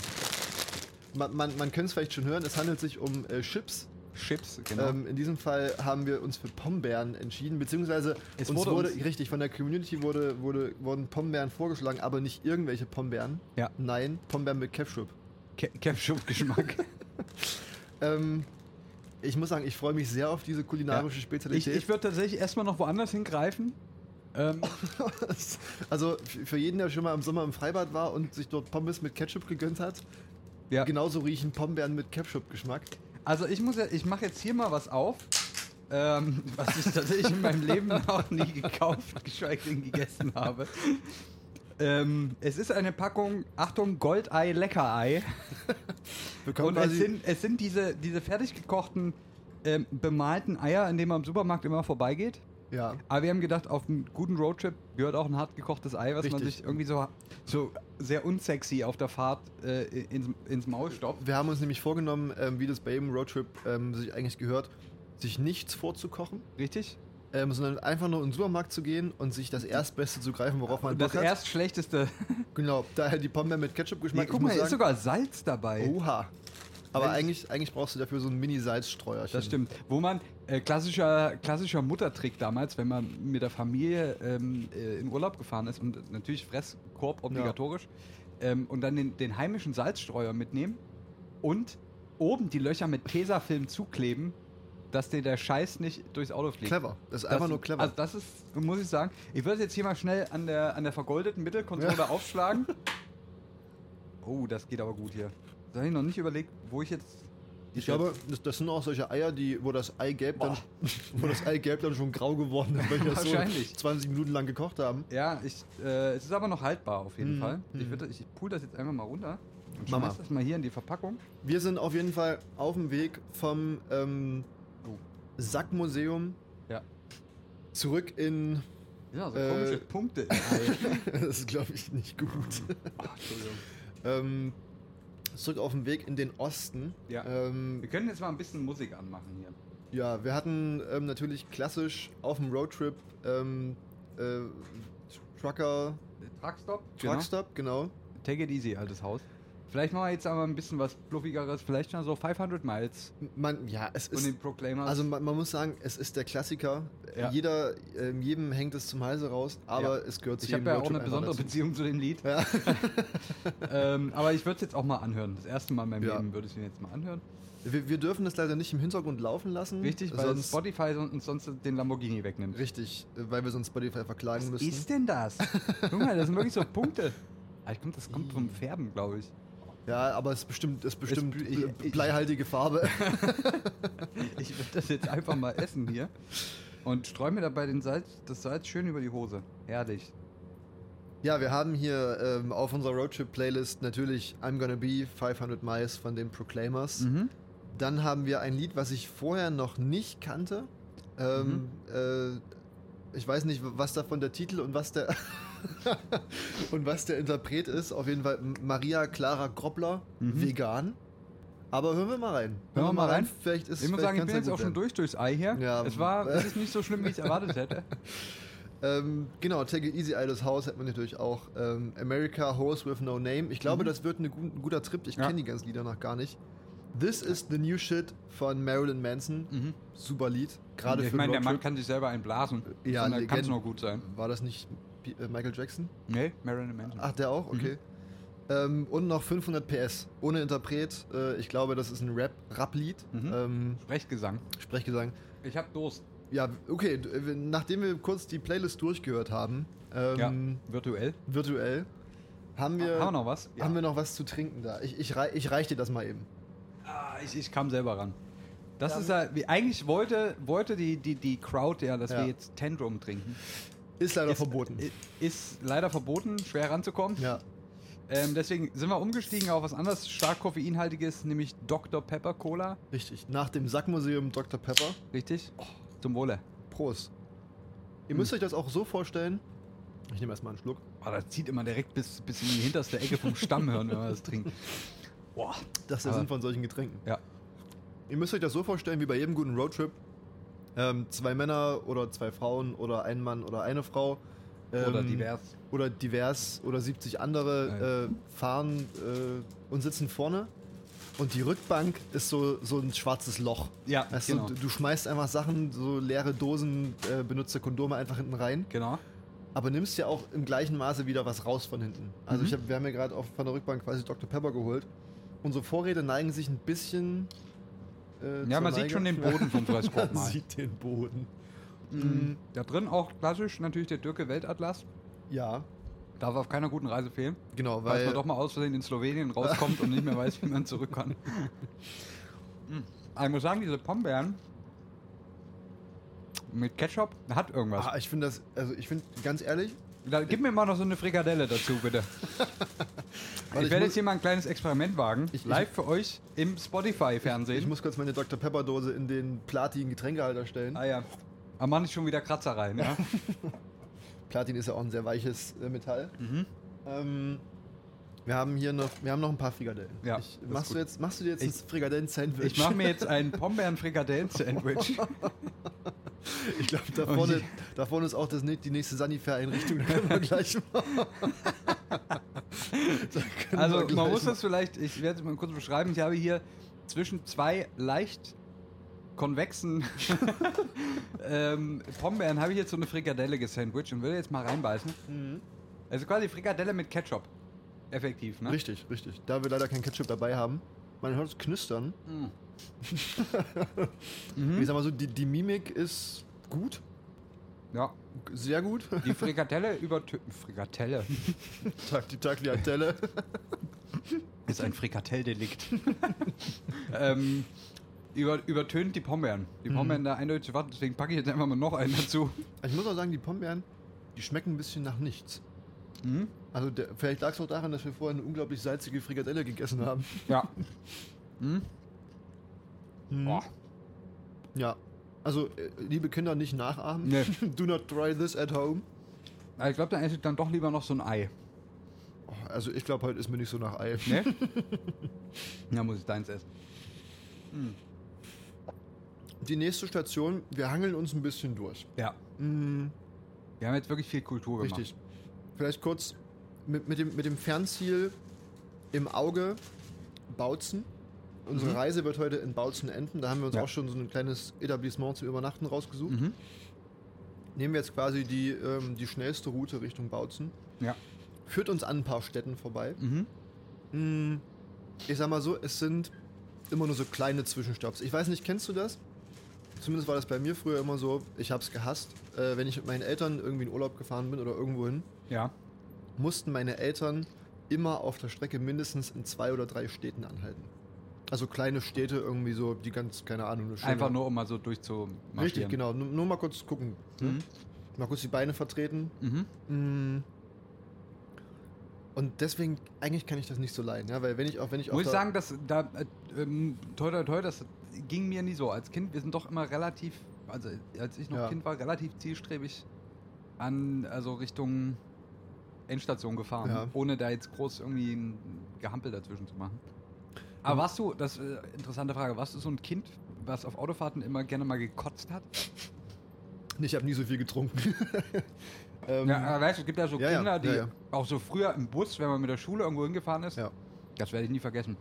[SPEAKER 2] man man, man könnte es vielleicht schon hören, es handelt sich um äh, Chips.
[SPEAKER 1] Chips, genau.
[SPEAKER 2] Ähm, in diesem Fall haben wir uns für Pombeeren entschieden, beziehungsweise
[SPEAKER 1] Es
[SPEAKER 2] uns
[SPEAKER 1] wurde
[SPEAKER 2] wurde,
[SPEAKER 1] uns-
[SPEAKER 2] richtig, von der Community wurde, wurde, wurden Pombeeren vorgeschlagen, aber nicht irgendwelche Pombeeren.
[SPEAKER 1] Ja.
[SPEAKER 2] Nein, Pombeeren mit Ketchup.
[SPEAKER 1] Ke- Ketchup-Geschmack.
[SPEAKER 2] Ähm, ich muss sagen, ich freue mich sehr auf diese kulinarische
[SPEAKER 1] ich
[SPEAKER 2] Spezialität.
[SPEAKER 1] ich würde tatsächlich erstmal noch woanders hingreifen. Ähm,
[SPEAKER 2] also f- für jeden, der schon mal im Sommer im Freibad war und sich dort Pommes mit Ketchup gegönnt hat,
[SPEAKER 1] ja.
[SPEAKER 2] genauso riechen Pombeeren mit Ketchup-Geschmack.
[SPEAKER 1] Also ich muss ja, ich mache jetzt hier mal was auf, ähm, was ich tatsächlich in meinem Leben noch nie gekauft, geschweige denn gegessen habe. Ähm, es ist eine Packung, Achtung, Goldei, Leckerei.
[SPEAKER 2] Wir kommen
[SPEAKER 1] Und es
[SPEAKER 2] quasi-
[SPEAKER 1] sind, es sind diese, diese fertig gekochten, ähm, bemalten Eier, an denen man im Supermarkt immer vorbeigeht.
[SPEAKER 2] ja,
[SPEAKER 1] Aber wir haben gedacht, auf einen guten Roadtrip gehört auch ein hart gekochtes Ei, was man
[SPEAKER 2] Richtig.
[SPEAKER 1] sich irgendwie so, so sehr unsexy auf der Fahrt äh, ins, ins Maul stopft.
[SPEAKER 2] wir haben uns nämlich vorgenommen, ähm, wie das bei jedem Roadtrip ähm, sich eigentlich gehört, sich nichts vorzukochen,
[SPEAKER 1] Richtig?
[SPEAKER 2] ähm, sondern einfach nur in den Supermarkt zu gehen und sich das Erstbeste zu greifen, worauf man
[SPEAKER 1] Und das
[SPEAKER 2] Bock hat.
[SPEAKER 1] erst schlechteste
[SPEAKER 2] Genau, daher die Pombeeren mit
[SPEAKER 1] Ja,
[SPEAKER 2] Ketchup-Geschmack. Oh,
[SPEAKER 1] guck mal, hier ist sogar Salz dabei.
[SPEAKER 2] Oha. Aber eigentlich, eigentlich brauchst du dafür so ein Mini-Salzstreuerchen.
[SPEAKER 1] Das stimmt. Wo man, äh, klassischer, klassischer Muttertrick damals, wenn man mit der Familie ähm, äh, in Urlaub gefahren ist und natürlich Fresskorb obligatorisch ähm, und dann den, den heimischen Salzstreuer mitnehmen und oben die Löcher mit Tesafilm zukleben, dass dir der Scheiß nicht durchs Auto fliegt.
[SPEAKER 2] Clever. Das ist
[SPEAKER 1] Das-
[SPEAKER 2] einfach nur clever.
[SPEAKER 1] Also das ist, muss ich sagen, ich würde es jetzt hier mal schnell an der, an der vergoldeten Mittelkonsole
[SPEAKER 2] Ja.
[SPEAKER 1] aufschlagen. Oh, das geht aber gut hier. Da habe ich noch nicht überlegt, wo ich jetzt... die
[SPEAKER 2] ich glaube, das, das sind auch solche Eier, die, wo das Eigelb dann, wo das Eigelb dann schon grau geworden ist, weil wir das so
[SPEAKER 1] Wahrscheinlich.
[SPEAKER 2] 20 Minuten lang gekocht haben.
[SPEAKER 1] Ja, ich, äh, es ist aber noch haltbar auf jeden
[SPEAKER 2] Mhm.
[SPEAKER 1] Fall. Ich,
[SPEAKER 2] Mhm.
[SPEAKER 1] würde, ich pull das jetzt einfach mal runter und
[SPEAKER 2] Mama.
[SPEAKER 1] schmeiß das mal hier in die Verpackung.
[SPEAKER 2] Wir sind auf jeden Fall auf dem Weg vom ähm,
[SPEAKER 1] Oh.
[SPEAKER 2] Sackmuseum
[SPEAKER 1] Ja.
[SPEAKER 2] zurück in.
[SPEAKER 1] Ja, so
[SPEAKER 2] Äh,
[SPEAKER 1] komische Punkte. im Ei.
[SPEAKER 2] das ist, glaube ich, nicht gut.
[SPEAKER 1] oh, Entschuldigung.
[SPEAKER 2] ähm, zurück auf dem Weg in den Osten.
[SPEAKER 1] Ja.
[SPEAKER 2] Ähm,
[SPEAKER 1] Wir können jetzt mal ein bisschen Musik anmachen hier.
[SPEAKER 2] Ja, wir hatten ähm, natürlich klassisch auf dem Roadtrip ähm, äh, Trucker,
[SPEAKER 1] Truckstop.
[SPEAKER 2] Truckstop, genau.
[SPEAKER 1] Genau. Take it easy, altes Haus. Vielleicht machen wir jetzt aber ein bisschen was fluffigeres. Vielleicht mal so 500 Miles
[SPEAKER 2] Man, ja, es
[SPEAKER 1] von
[SPEAKER 2] ist.
[SPEAKER 1] den Proclaimers.
[SPEAKER 2] Also man, man muss sagen, es ist der Klassiker.
[SPEAKER 1] Ja.
[SPEAKER 2] Jeder, ähm, jedem hängt es zum Halse raus, aber es gehört zu
[SPEAKER 1] ich habe
[SPEAKER 2] jedem
[SPEAKER 1] ja auch
[SPEAKER 2] Roadtrip
[SPEAKER 1] eine besondere
[SPEAKER 2] einfach
[SPEAKER 1] Beziehung zu dem Lied.
[SPEAKER 2] dazu. Ja.
[SPEAKER 1] ähm, aber ich würde es jetzt auch mal anhören. Das erste Mal in meinem
[SPEAKER 2] Ja.
[SPEAKER 1] Leben würde ich mir jetzt mal anhören.
[SPEAKER 2] wir, wir dürfen das leider nicht im Hintergrund laufen lassen.
[SPEAKER 1] Richtig, weil
[SPEAKER 2] Mhm. sonst,
[SPEAKER 1] Spotify uns sonst den Lamborghini wegnimmt.
[SPEAKER 2] richtig, äh, weil wir sonst Spotify verklagen
[SPEAKER 1] Was
[SPEAKER 2] müssen.
[SPEAKER 1] ist denn das? Guck mal, das sind wirklich so Punkte. Ah, ich glaub, das kommt
[SPEAKER 2] Mhm.
[SPEAKER 1] vom Färben, glaube ich.
[SPEAKER 2] Ja, aber es ist bestimmt, es ist bestimmt
[SPEAKER 1] bl- ich-
[SPEAKER 2] bl-
[SPEAKER 1] ich-
[SPEAKER 2] bleihaltige Farbe.
[SPEAKER 1] Ich würde das jetzt einfach mal essen hier. Und streue mir dabei den Salz, das Salz schön über die Hose. Herrlich.
[SPEAKER 2] Ja, wir haben hier ähm, auf unserer Roadtrip-Playlist natürlich I'm Gonna Be 500 Miles von den Proclaimers.
[SPEAKER 1] Mhm.
[SPEAKER 2] Dann haben wir ein Lied, was ich vorher noch nicht kannte. Ähm,
[SPEAKER 1] Mhm.
[SPEAKER 2] äh, ich weiß nicht, was davon der Titel und was der und was der Interpret ist. Auf jeden Fall Maria Clara Groppler,
[SPEAKER 1] Mhm.
[SPEAKER 2] vegan. Aber hören wir mal rein.
[SPEAKER 1] wir mal rein.
[SPEAKER 2] Vielleicht ist
[SPEAKER 1] Ich muss
[SPEAKER 2] vielleicht
[SPEAKER 1] sagen, ich
[SPEAKER 2] kann's
[SPEAKER 1] bin
[SPEAKER 2] ja
[SPEAKER 1] jetzt
[SPEAKER 2] gut
[SPEAKER 1] auch schon
[SPEAKER 2] werden.
[SPEAKER 1] durch durchs Ei hier.
[SPEAKER 2] Ja.
[SPEAKER 1] es war, es ist nicht so schlimm, wie ich es erwartet hätte.
[SPEAKER 2] Ähm, genau, Take It Easy, Idles House hat man natürlich auch. Ähm, America, Horse with No Name. Ich glaube,
[SPEAKER 1] Mhm.
[SPEAKER 2] das wird eine gu- ein guter Trip. Ich
[SPEAKER 1] Ja.
[SPEAKER 2] kenne die ganzen Lieder noch gar nicht. This is the New Shit von Marilyn Manson.
[SPEAKER 1] Mhm.
[SPEAKER 2] Super Lied. Gerade
[SPEAKER 1] ich
[SPEAKER 2] für
[SPEAKER 1] meine, der
[SPEAKER 2] einen
[SPEAKER 1] Mann
[SPEAKER 2] Roadtrip.
[SPEAKER 1] kann sich selber einblasen.
[SPEAKER 2] Ja,
[SPEAKER 1] Von daher kann es
[SPEAKER 2] Legende.
[SPEAKER 1] noch gut sein.
[SPEAKER 2] War das nicht P- äh, Michael Jackson?
[SPEAKER 1] Nee, Marilyn Manson.
[SPEAKER 2] Ach, der
[SPEAKER 1] Mhm.
[SPEAKER 2] auch? Okay. Ähm, und noch 500 PS. Ohne Interpret. Äh, ich glaube, das ist ein Rap- Rap-Lied.
[SPEAKER 1] Mhm.
[SPEAKER 2] ähm,
[SPEAKER 1] Sprechgesang.
[SPEAKER 2] Sprechgesang.
[SPEAKER 1] Ich habe Durst.
[SPEAKER 2] Ja, okay. d- äh, Nachdem wir kurz die Playlist durchgehört haben, ähm,
[SPEAKER 1] ja, virtuell.
[SPEAKER 2] virtuell, haben wir,
[SPEAKER 1] haben wir noch was?
[SPEAKER 2] haben wir noch was zu trinken da. Ich, ich, rei ich reich dir das mal eben.
[SPEAKER 1] Ah, ich, ich kam selber ran. Das ist ja, wie, eigentlich wollte, wollte die, die, die Crowd ja, dass
[SPEAKER 2] Ja.
[SPEAKER 1] wir jetzt Tantrum trinken.
[SPEAKER 2] Ist leider
[SPEAKER 1] Ist-
[SPEAKER 2] verboten.
[SPEAKER 1] i- Ist leider verboten, schwer ranzukommen.
[SPEAKER 2] ja.
[SPEAKER 1] Ähm, deswegen sind wir umgestiegen auf was anderes, stark koffeinhaltiges, nämlich Dr. Pepper Cola.
[SPEAKER 2] Richtig. Nach dem Sackmuseum Dr. Pepper.
[SPEAKER 1] Richtig?
[SPEAKER 2] Oh.
[SPEAKER 1] Zum Wohle.
[SPEAKER 2] Prost. Ihr
[SPEAKER 1] Hm.
[SPEAKER 2] müsst euch das auch so vorstellen. Ich nehme erstmal einen Schluck.
[SPEAKER 1] Oh, das zieht immer direkt bis, bis in die hinterste Ecke vom Stamm hören, wenn wir das trinken. Boah.
[SPEAKER 2] Das ist der
[SPEAKER 1] Aber-
[SPEAKER 2] Sinn von solchen Getränken.
[SPEAKER 1] Ja.
[SPEAKER 2] Ihr müsst euch das so vorstellen wie bei jedem guten Roadtrip. Ähm, zwei Männer oder zwei Frauen oder ein Mann oder eine Frau. ähm,
[SPEAKER 1] Oder divers.
[SPEAKER 2] Oder divers oder 70 andere äh, fahren äh, und sitzen vorne. Und die Rückbank ist so, so ein schwarzes Loch.
[SPEAKER 1] Ja,
[SPEAKER 2] Weißt
[SPEAKER 1] genau.
[SPEAKER 2] du, du schmeißt einfach Sachen, so leere Dosen, äh, benutzte Kondome einfach hinten rein.
[SPEAKER 1] Genau.
[SPEAKER 2] Aber nimmst ja auch im gleichen Maße wieder was raus von hinten. Also
[SPEAKER 1] Mhm.
[SPEAKER 2] ich hab, wir haben ja gerade auf- von der Rückbank quasi Dr. Pepper geholt. Unsere Vorräte neigen sich ein bisschen. äh,
[SPEAKER 1] Ja,
[SPEAKER 2] zur
[SPEAKER 1] man
[SPEAKER 2] Neige.
[SPEAKER 1] sieht schon den Boden vom Fresskorb
[SPEAKER 2] man
[SPEAKER 1] mal.
[SPEAKER 2] sieht den Boden. Mm,
[SPEAKER 1] Mhm. Da drin auch klassisch natürlich der Türke Weltatlas.
[SPEAKER 2] Ja,
[SPEAKER 1] Darf auf keiner guten Reise fehlen.
[SPEAKER 2] genau,
[SPEAKER 1] Weil
[SPEAKER 2] weil
[SPEAKER 1] man doch mal aus Versehen in Slowenien rauskommt und nicht mehr weiß, wie man zurück kann. Mm. Aber ich muss sagen, diese Pombeeren mit Ketchup hat irgendwas.
[SPEAKER 2] ah, ich finde das, also ich finde ganz ehrlich,
[SPEAKER 1] Da, gib mir mal noch so eine Frikadelle dazu, bitte.
[SPEAKER 2] Warte,
[SPEAKER 1] ich
[SPEAKER 2] ich
[SPEAKER 1] werde
[SPEAKER 2] muss-
[SPEAKER 1] jetzt hier mal ein kleines Experiment wagen.
[SPEAKER 2] Ich- ich-
[SPEAKER 1] live für euch im
[SPEAKER 2] ich
[SPEAKER 1] Spotify-Fernsehen.
[SPEAKER 2] muss kurz meine Dr. Pepper Dose in den Platin Getränkehalter stellen.
[SPEAKER 1] Ah ja. Aber man ist schon wieder Kratzer rein, ja?
[SPEAKER 2] Platin ist ja auch ein sehr weiches äh, Metall.
[SPEAKER 1] Mhm.
[SPEAKER 2] Ähm, wir haben hier noch, wir haben noch ein paar Frikadellen.
[SPEAKER 1] Ja,
[SPEAKER 2] ich,
[SPEAKER 1] das ist
[SPEAKER 2] machst du
[SPEAKER 1] gut.
[SPEAKER 2] jetzt, machst du dir jetzt
[SPEAKER 1] Ich-
[SPEAKER 2] ein Frikadellen-Sandwich?
[SPEAKER 1] Ich mache mir jetzt ein Pombeeren-Frikadellen-Sandwich.
[SPEAKER 2] Ich glaube, da,
[SPEAKER 1] Und
[SPEAKER 2] vorne-
[SPEAKER 1] ich-
[SPEAKER 2] da vorne ist auch das, nä- die nächste Sanifair-Einrichtung. Da können wir gleich mal. Da können wir
[SPEAKER 1] Also
[SPEAKER 2] gleich
[SPEAKER 1] man muss
[SPEAKER 2] mal-
[SPEAKER 1] Also, das vielleicht, ich werde es mal kurz beschreiben, ich habe hier zwischen zwei leicht konvexen ähm, Pombeeren habe ich jetzt so eine Frikadelle gesandwiched und will jetzt mal reinbeißen.
[SPEAKER 2] Mhm.
[SPEAKER 1] Also quasi Frikadelle mit Ketchup. Effektiv, ne?
[SPEAKER 2] Richtig, richtig. Da wir leider kein Ketchup dabei haben, man hört es knistern.
[SPEAKER 1] Hm? Mhm.
[SPEAKER 2] Ich sag mal so, die, die Mimik ist gut,
[SPEAKER 1] Ja.
[SPEAKER 2] sehr gut.
[SPEAKER 1] Die Frikadelle übertöten. Frikadelle.
[SPEAKER 2] Tag, die Tag, die Antelle.
[SPEAKER 1] Ist ein Frikadelldelikt. ähm, über, übertönt die Pombeeren. Die
[SPEAKER 2] Mhm.
[SPEAKER 1] Pombeeren da eindeutig zu warten, deswegen packe ich jetzt einfach mal noch einen dazu.
[SPEAKER 2] Also, Ich muss auch sagen, die Pombeeren, die schmecken ein bisschen nach nichts.
[SPEAKER 1] Mhm.
[SPEAKER 2] Also der, vielleicht lag es auch daran, dass wir vorher eine unglaublich salzige Frikadelle gegessen haben.
[SPEAKER 1] Ja. Mhm.
[SPEAKER 2] Mhm.
[SPEAKER 1] Oh.
[SPEAKER 2] Ja. Also, äh, liebe Kinder, nicht nachahmen.
[SPEAKER 1] Nee.
[SPEAKER 2] Do not try this at home.
[SPEAKER 1] Aber Ich glaube, dann esse ich dann doch lieber noch so ein Ei.
[SPEAKER 2] Oh, Also, ich glaube, heute ist mir nicht so nach Ei.
[SPEAKER 1] Ne? ja, muss ich deins essen.
[SPEAKER 2] Die nächste Station, wir hangeln uns ein bisschen durch.
[SPEAKER 1] Ja.
[SPEAKER 2] Mhm.
[SPEAKER 1] Wir haben jetzt wirklich viel Kultur gemacht.
[SPEAKER 2] Richtig. Vielleicht kurz mit, mit, dem, mit dem Fernziel im Auge Bautzen. Unsere
[SPEAKER 1] Mhm.
[SPEAKER 2] Reise wird heute in Bautzen enden. Da haben wir uns
[SPEAKER 1] Ja.
[SPEAKER 2] auch schon so ein kleines Etablissement zum Übernachten rausgesucht.
[SPEAKER 1] Mhm.
[SPEAKER 2] Nehmen wir jetzt quasi die, ähm, die schnellste Route Richtung Bautzen.
[SPEAKER 1] Ja.
[SPEAKER 2] Führt uns an ein paar Städten vorbei.
[SPEAKER 1] Mhm.
[SPEAKER 2] Mm, Ich sag mal so, es sind immer nur so kleine Zwischenstopps. Ich weiß nicht, kennst du das? Zumindest war das bei mir früher immer so. Ich hab's gehasst. Äh, wenn ich mit meinen Eltern irgendwie in Urlaub gefahren bin oder irgendwo hin,
[SPEAKER 1] Ja.
[SPEAKER 2] mussten meine Eltern immer auf der Strecke mindestens in zwei oder drei Städten anhalten. Also kleine Städte irgendwie so, die ganz, keine Ahnung, eine schöne-
[SPEAKER 1] Einfach nur, um mal so durchzumarschieren.
[SPEAKER 2] Richtig, genau. Nur, nur mal kurz gucken. ne?
[SPEAKER 1] Mhm.
[SPEAKER 2] Mal kurz die Beine vertreten.
[SPEAKER 1] Mhm.
[SPEAKER 2] Mm. Und deswegen, eigentlich kann ich das nicht so leiden, ja, weil wenn ich auch, wenn ich auf
[SPEAKER 1] Muss ich
[SPEAKER 2] der-
[SPEAKER 1] sagen, dass da, äh, ähm, toi, toi, toi, das ging mir nie so. Als Kind, wir sind doch immer relativ, also als ich noch
[SPEAKER 2] Ja.
[SPEAKER 1] Kind war, relativ zielstrebig an, also Richtung Endstation gefahren,
[SPEAKER 2] Ja.
[SPEAKER 1] ohne da jetzt groß irgendwie ein Gehampel dazwischen zu machen. Aber warst du, das äh, interessante Frage, warst du so ein Kind, was auf Autofahrten immer gerne mal gekotzt hat?
[SPEAKER 2] Ich habe nie so viel getrunken. ähm,
[SPEAKER 1] Ja, aber weißt du, es gibt ja so
[SPEAKER 2] ja, ja,
[SPEAKER 1] Kinder, die
[SPEAKER 2] ja, ja.
[SPEAKER 1] auch so früher im Bus, wenn man mit der Schule irgendwo hingefahren ist,
[SPEAKER 2] Ja.
[SPEAKER 1] das werde ich nie vergessen.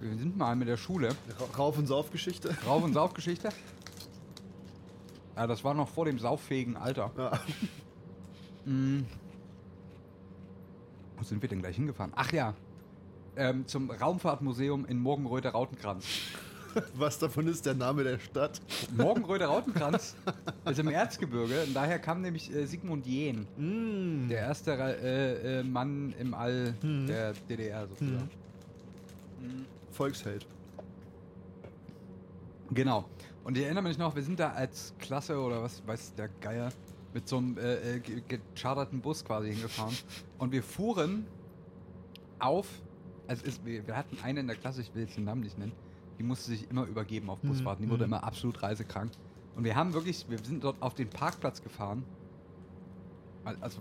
[SPEAKER 1] Wir sind mal mit der Schule
[SPEAKER 2] Ra- Rauf- und Saufgeschichte.
[SPEAKER 1] Rauf- und Saufgeschichte. Ja, das war noch vor dem sauffähigen Alter.
[SPEAKER 2] Ja.
[SPEAKER 1] Mhm. Wo sind wir denn gleich hingefahren? Ach ja, ähm, zum Raumfahrtmuseum in Morgenröder Rautenkranz.
[SPEAKER 2] Was davon ist der Name der Stadt?
[SPEAKER 1] Morgenröder Rautenkranz ist im Erzgebirge und daher kam nämlich äh, Sigmund Jähn,
[SPEAKER 2] Mm.
[SPEAKER 1] der erste äh, äh, Mann im All
[SPEAKER 2] Mhm.
[SPEAKER 1] der DDR sozusagen.
[SPEAKER 2] Volksheld.
[SPEAKER 1] Genau. Und ich erinnere mich noch, wir sind da als Klasse oder was weiß der Geier mit so einem äh, äh, ge- gecharterten Bus quasi hingefahren. Und wir fuhren auf, also es, wir, wir hatten eine in der Klasse, ich will jetzt den Namen nicht nennen, die musste sich immer übergeben auf Busfahrten, die
[SPEAKER 2] mhm.
[SPEAKER 1] wurde immer absolut reisekrank. Und wir haben wirklich, wir sind dort auf den Parkplatz gefahren, Al- also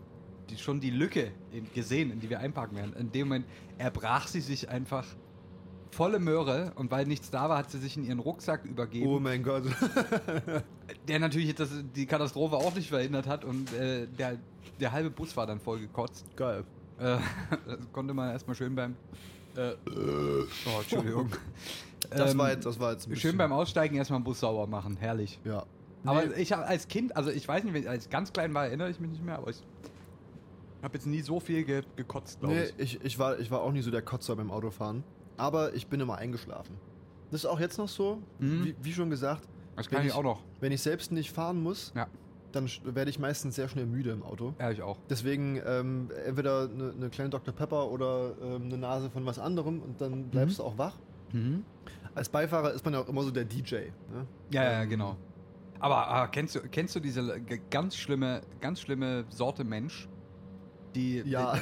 [SPEAKER 1] die, schon die Lücke in, gesehen, in die wir einparken werden. In dem Moment erbrach sie sich einfach volle Möhre und weil nichts da war, hat sie sich in ihren Rucksack übergeben
[SPEAKER 2] Oh mein Gott.
[SPEAKER 1] der natürlich jetzt das, die Katastrophe auch nicht verhindert hat und äh, der, der halbe Bus war dann voll gekotzt.
[SPEAKER 2] Geil.
[SPEAKER 1] Äh, das konnte man erstmal schön beim. Äh, oh, Entschuldigung.
[SPEAKER 2] Das
[SPEAKER 1] Ähm,
[SPEAKER 2] war jetzt, das war jetzt ein
[SPEAKER 1] Schön
[SPEAKER 2] bisschen-
[SPEAKER 1] beim Aussteigen erstmal den Bus sauber machen. Herrlich.
[SPEAKER 2] Ja.
[SPEAKER 1] Aber ich habe als Kind, also ich weiß nicht, wenn ich als ganz klein war, erinnere ich mich nicht mehr, aber ich habe jetzt nie so viel ge gekotzt, glaube
[SPEAKER 2] Nee,
[SPEAKER 1] ich.
[SPEAKER 2] ich, ich, war, ich war auch nie so der Kotzer beim Autofahren. Aber ich bin immer eingeschlafen. Das ist auch jetzt noch so.
[SPEAKER 1] Mhm.
[SPEAKER 2] Wie, wie schon gesagt,
[SPEAKER 1] Das
[SPEAKER 2] wenn
[SPEAKER 1] kann ich
[SPEAKER 2] ich-
[SPEAKER 1] auch noch.
[SPEAKER 2] wenn ich selbst nicht fahren muss,
[SPEAKER 1] Ja.
[SPEAKER 2] dann sch- werde ich meistens sehr schnell müde im Auto.
[SPEAKER 1] Ja, ich auch.
[SPEAKER 2] Deswegen ähm, entweder eine ne kleine Dr. Pepper oder ähm, eine Nase von was anderem und dann bleibst du auch wach.
[SPEAKER 1] Mhm.
[SPEAKER 2] Als Beifahrer ist man ja auch immer so der DJ. Ne?
[SPEAKER 1] Ja, ja,
[SPEAKER 2] Ähm,
[SPEAKER 1] genau. Aber ah, kennst, du, kennst du diese g- ganz schlimme, ganz schlimme Sorte Mensch, die,
[SPEAKER 2] Ja.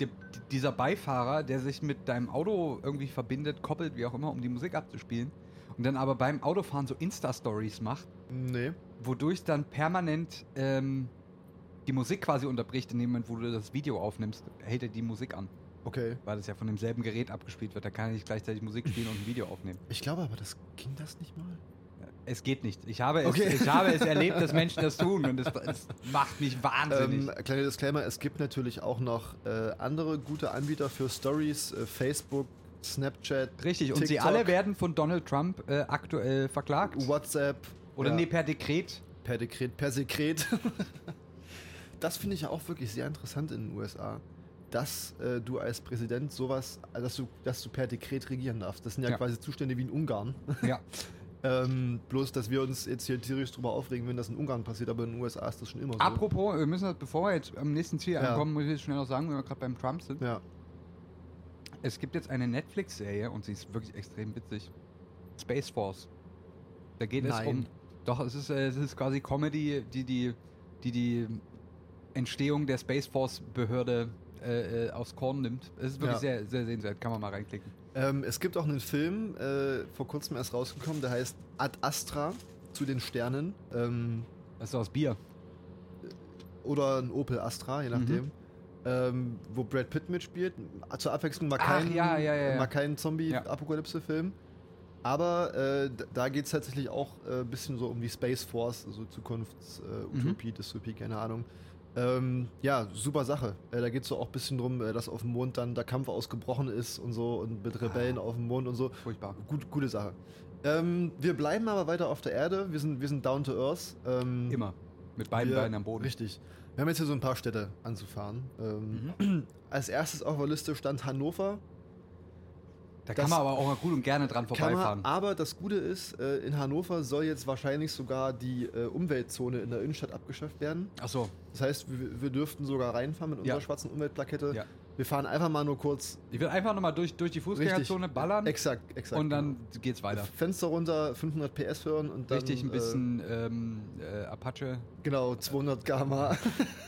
[SPEAKER 1] die, die dieser Beifahrer, der sich mit deinem Auto irgendwie verbindet, koppelt, wie auch immer, um die Musik abzuspielen und dann aber beim Autofahren so Insta-Stories macht,
[SPEAKER 2] Nee.
[SPEAKER 1] wodurch dann permanent ähm, die Musik quasi unterbricht, in dem Moment, wo du das Video aufnimmst, hält er die Musik an,
[SPEAKER 2] Okay.
[SPEAKER 1] weil das ja von demselben Gerät abgespielt wird. Da kann er nicht gleichzeitig Musik spielen und ein Video aufnehmen.
[SPEAKER 2] Ich glaube aber, das ging das nicht mal.
[SPEAKER 1] Es geht nicht. Ich habe es,
[SPEAKER 2] Okay.
[SPEAKER 1] ich habe es erlebt, dass Menschen das tun und es, es macht mich wahnsinnig.
[SPEAKER 2] Ähm, kleiner Disclaimer, es gibt natürlich auch noch äh, andere gute Anbieter für Stories, äh, Facebook, Snapchat,
[SPEAKER 1] Richtig, und sie
[SPEAKER 2] TikTok.
[SPEAKER 1] alle werden von Donald Trump äh, aktuell verklagt.
[SPEAKER 2] WhatsApp.
[SPEAKER 1] Oder
[SPEAKER 2] ja.
[SPEAKER 1] nee, per Dekret.
[SPEAKER 2] Per Dekret, per Sekret. das finde ich ja auch wirklich sehr interessant in den USA, dass äh, du als Präsident sowas, dass du, dass du per Dekret regieren darfst. Das sind ja,
[SPEAKER 1] Ja.
[SPEAKER 2] quasi Zustände wie in Ungarn.
[SPEAKER 1] Ja.
[SPEAKER 2] Ähm, bloß, dass wir uns jetzt hier tierisch drüber aufregen, wenn das in Ungarn passiert, aber in den USA ist das schon immer so.
[SPEAKER 1] Apropos, wir müssen das, bevor wir jetzt am nächsten Ziel
[SPEAKER 2] Also Ja.
[SPEAKER 1] ankommen, muss ich jetzt schnell noch sagen, wenn wir gerade beim Trump sind.
[SPEAKER 2] Ja.
[SPEAKER 1] Es gibt jetzt eine Netflix-Serie und sie ist wirklich extrem witzig. Space Force. Da geht es
[SPEAKER 2] Nein.
[SPEAKER 1] um. Doch, es ist, äh, es ist quasi Comedy, die die, die, die Entstehung der Space Force-Behörde äh, äh, aufs Korn nimmt. Es ist wirklich
[SPEAKER 2] Ja.
[SPEAKER 1] sehr, sehr sehenswert. Kann man mal reinklicken.
[SPEAKER 2] Ähm, es gibt auch einen Film, äh, vor kurzem erst rausgekommen, der heißt Ad Astra zu den Sternen. Ähm,
[SPEAKER 1] Das ist aus Bier.
[SPEAKER 2] oder ein Opel Astra, je nachdem.
[SPEAKER 1] Mhm.
[SPEAKER 2] Ähm, wo Brad Pitt mitspielt. Zur Abwechslung mal
[SPEAKER 1] Ach,
[SPEAKER 2] kein,
[SPEAKER 1] ja, ja, ja, ja.
[SPEAKER 2] mal kein Zombie-Apokalypse-Film. Aber äh, d- da geht es tatsächlich auch äh, ein bisschen so um die Space Force, also Zukunfts-Utopie,
[SPEAKER 1] Mhm.
[SPEAKER 2] äh, Utopie, Dystopie, keine Ahnung. Ähm, ja, super Sache. Äh, da geht es so auch ein bisschen drum, äh, dass auf dem Mond dann der Kampf ausgebrochen ist und so und
[SPEAKER 1] Ah.
[SPEAKER 2] mit Rebellen auf dem Mond und so.
[SPEAKER 1] Furchtbar.
[SPEAKER 2] Gut, gute Sache. Ähm, wir bleiben aber weiter auf der Erde. Wir sind, wir sind down to earth. Ähm,
[SPEAKER 1] Immer. Mit beiden
[SPEAKER 2] wir-
[SPEAKER 1] Beinen am Boden.
[SPEAKER 2] Richtig. Wir haben jetzt hier so ein paar Städte anzufahren. Ähm,
[SPEAKER 1] Mhm.
[SPEAKER 2] Als erstes auf der Liste stand Hannover.
[SPEAKER 1] Da
[SPEAKER 2] Das-
[SPEAKER 1] kann man aber auch mal gut und gerne dran
[SPEAKER 2] Kann
[SPEAKER 1] vorbeifahren.
[SPEAKER 2] Man, aber das Gute ist, äh, in Hannover soll jetzt wahrscheinlich sogar die äh, Umweltzone in der Innenstadt abgeschafft werden.
[SPEAKER 1] Achso,
[SPEAKER 2] Das heißt, wir, wir dürften sogar reinfahren mit unserer
[SPEAKER 1] Ja.
[SPEAKER 2] schwarzen Umweltplakette.
[SPEAKER 1] Ja.
[SPEAKER 2] Wir fahren einfach mal nur kurz.
[SPEAKER 1] ich will einfach nochmal durch, durch die Fußgängerzone ballern
[SPEAKER 2] Exakt, exakt.
[SPEAKER 1] und
[SPEAKER 2] genau.
[SPEAKER 1] dann geht's weiter.
[SPEAKER 2] Fenster runter, 500 PS hören und dann.
[SPEAKER 1] Richtig ein bisschen ähm, äh, Apache
[SPEAKER 2] Äh, genau, 200 Gamma.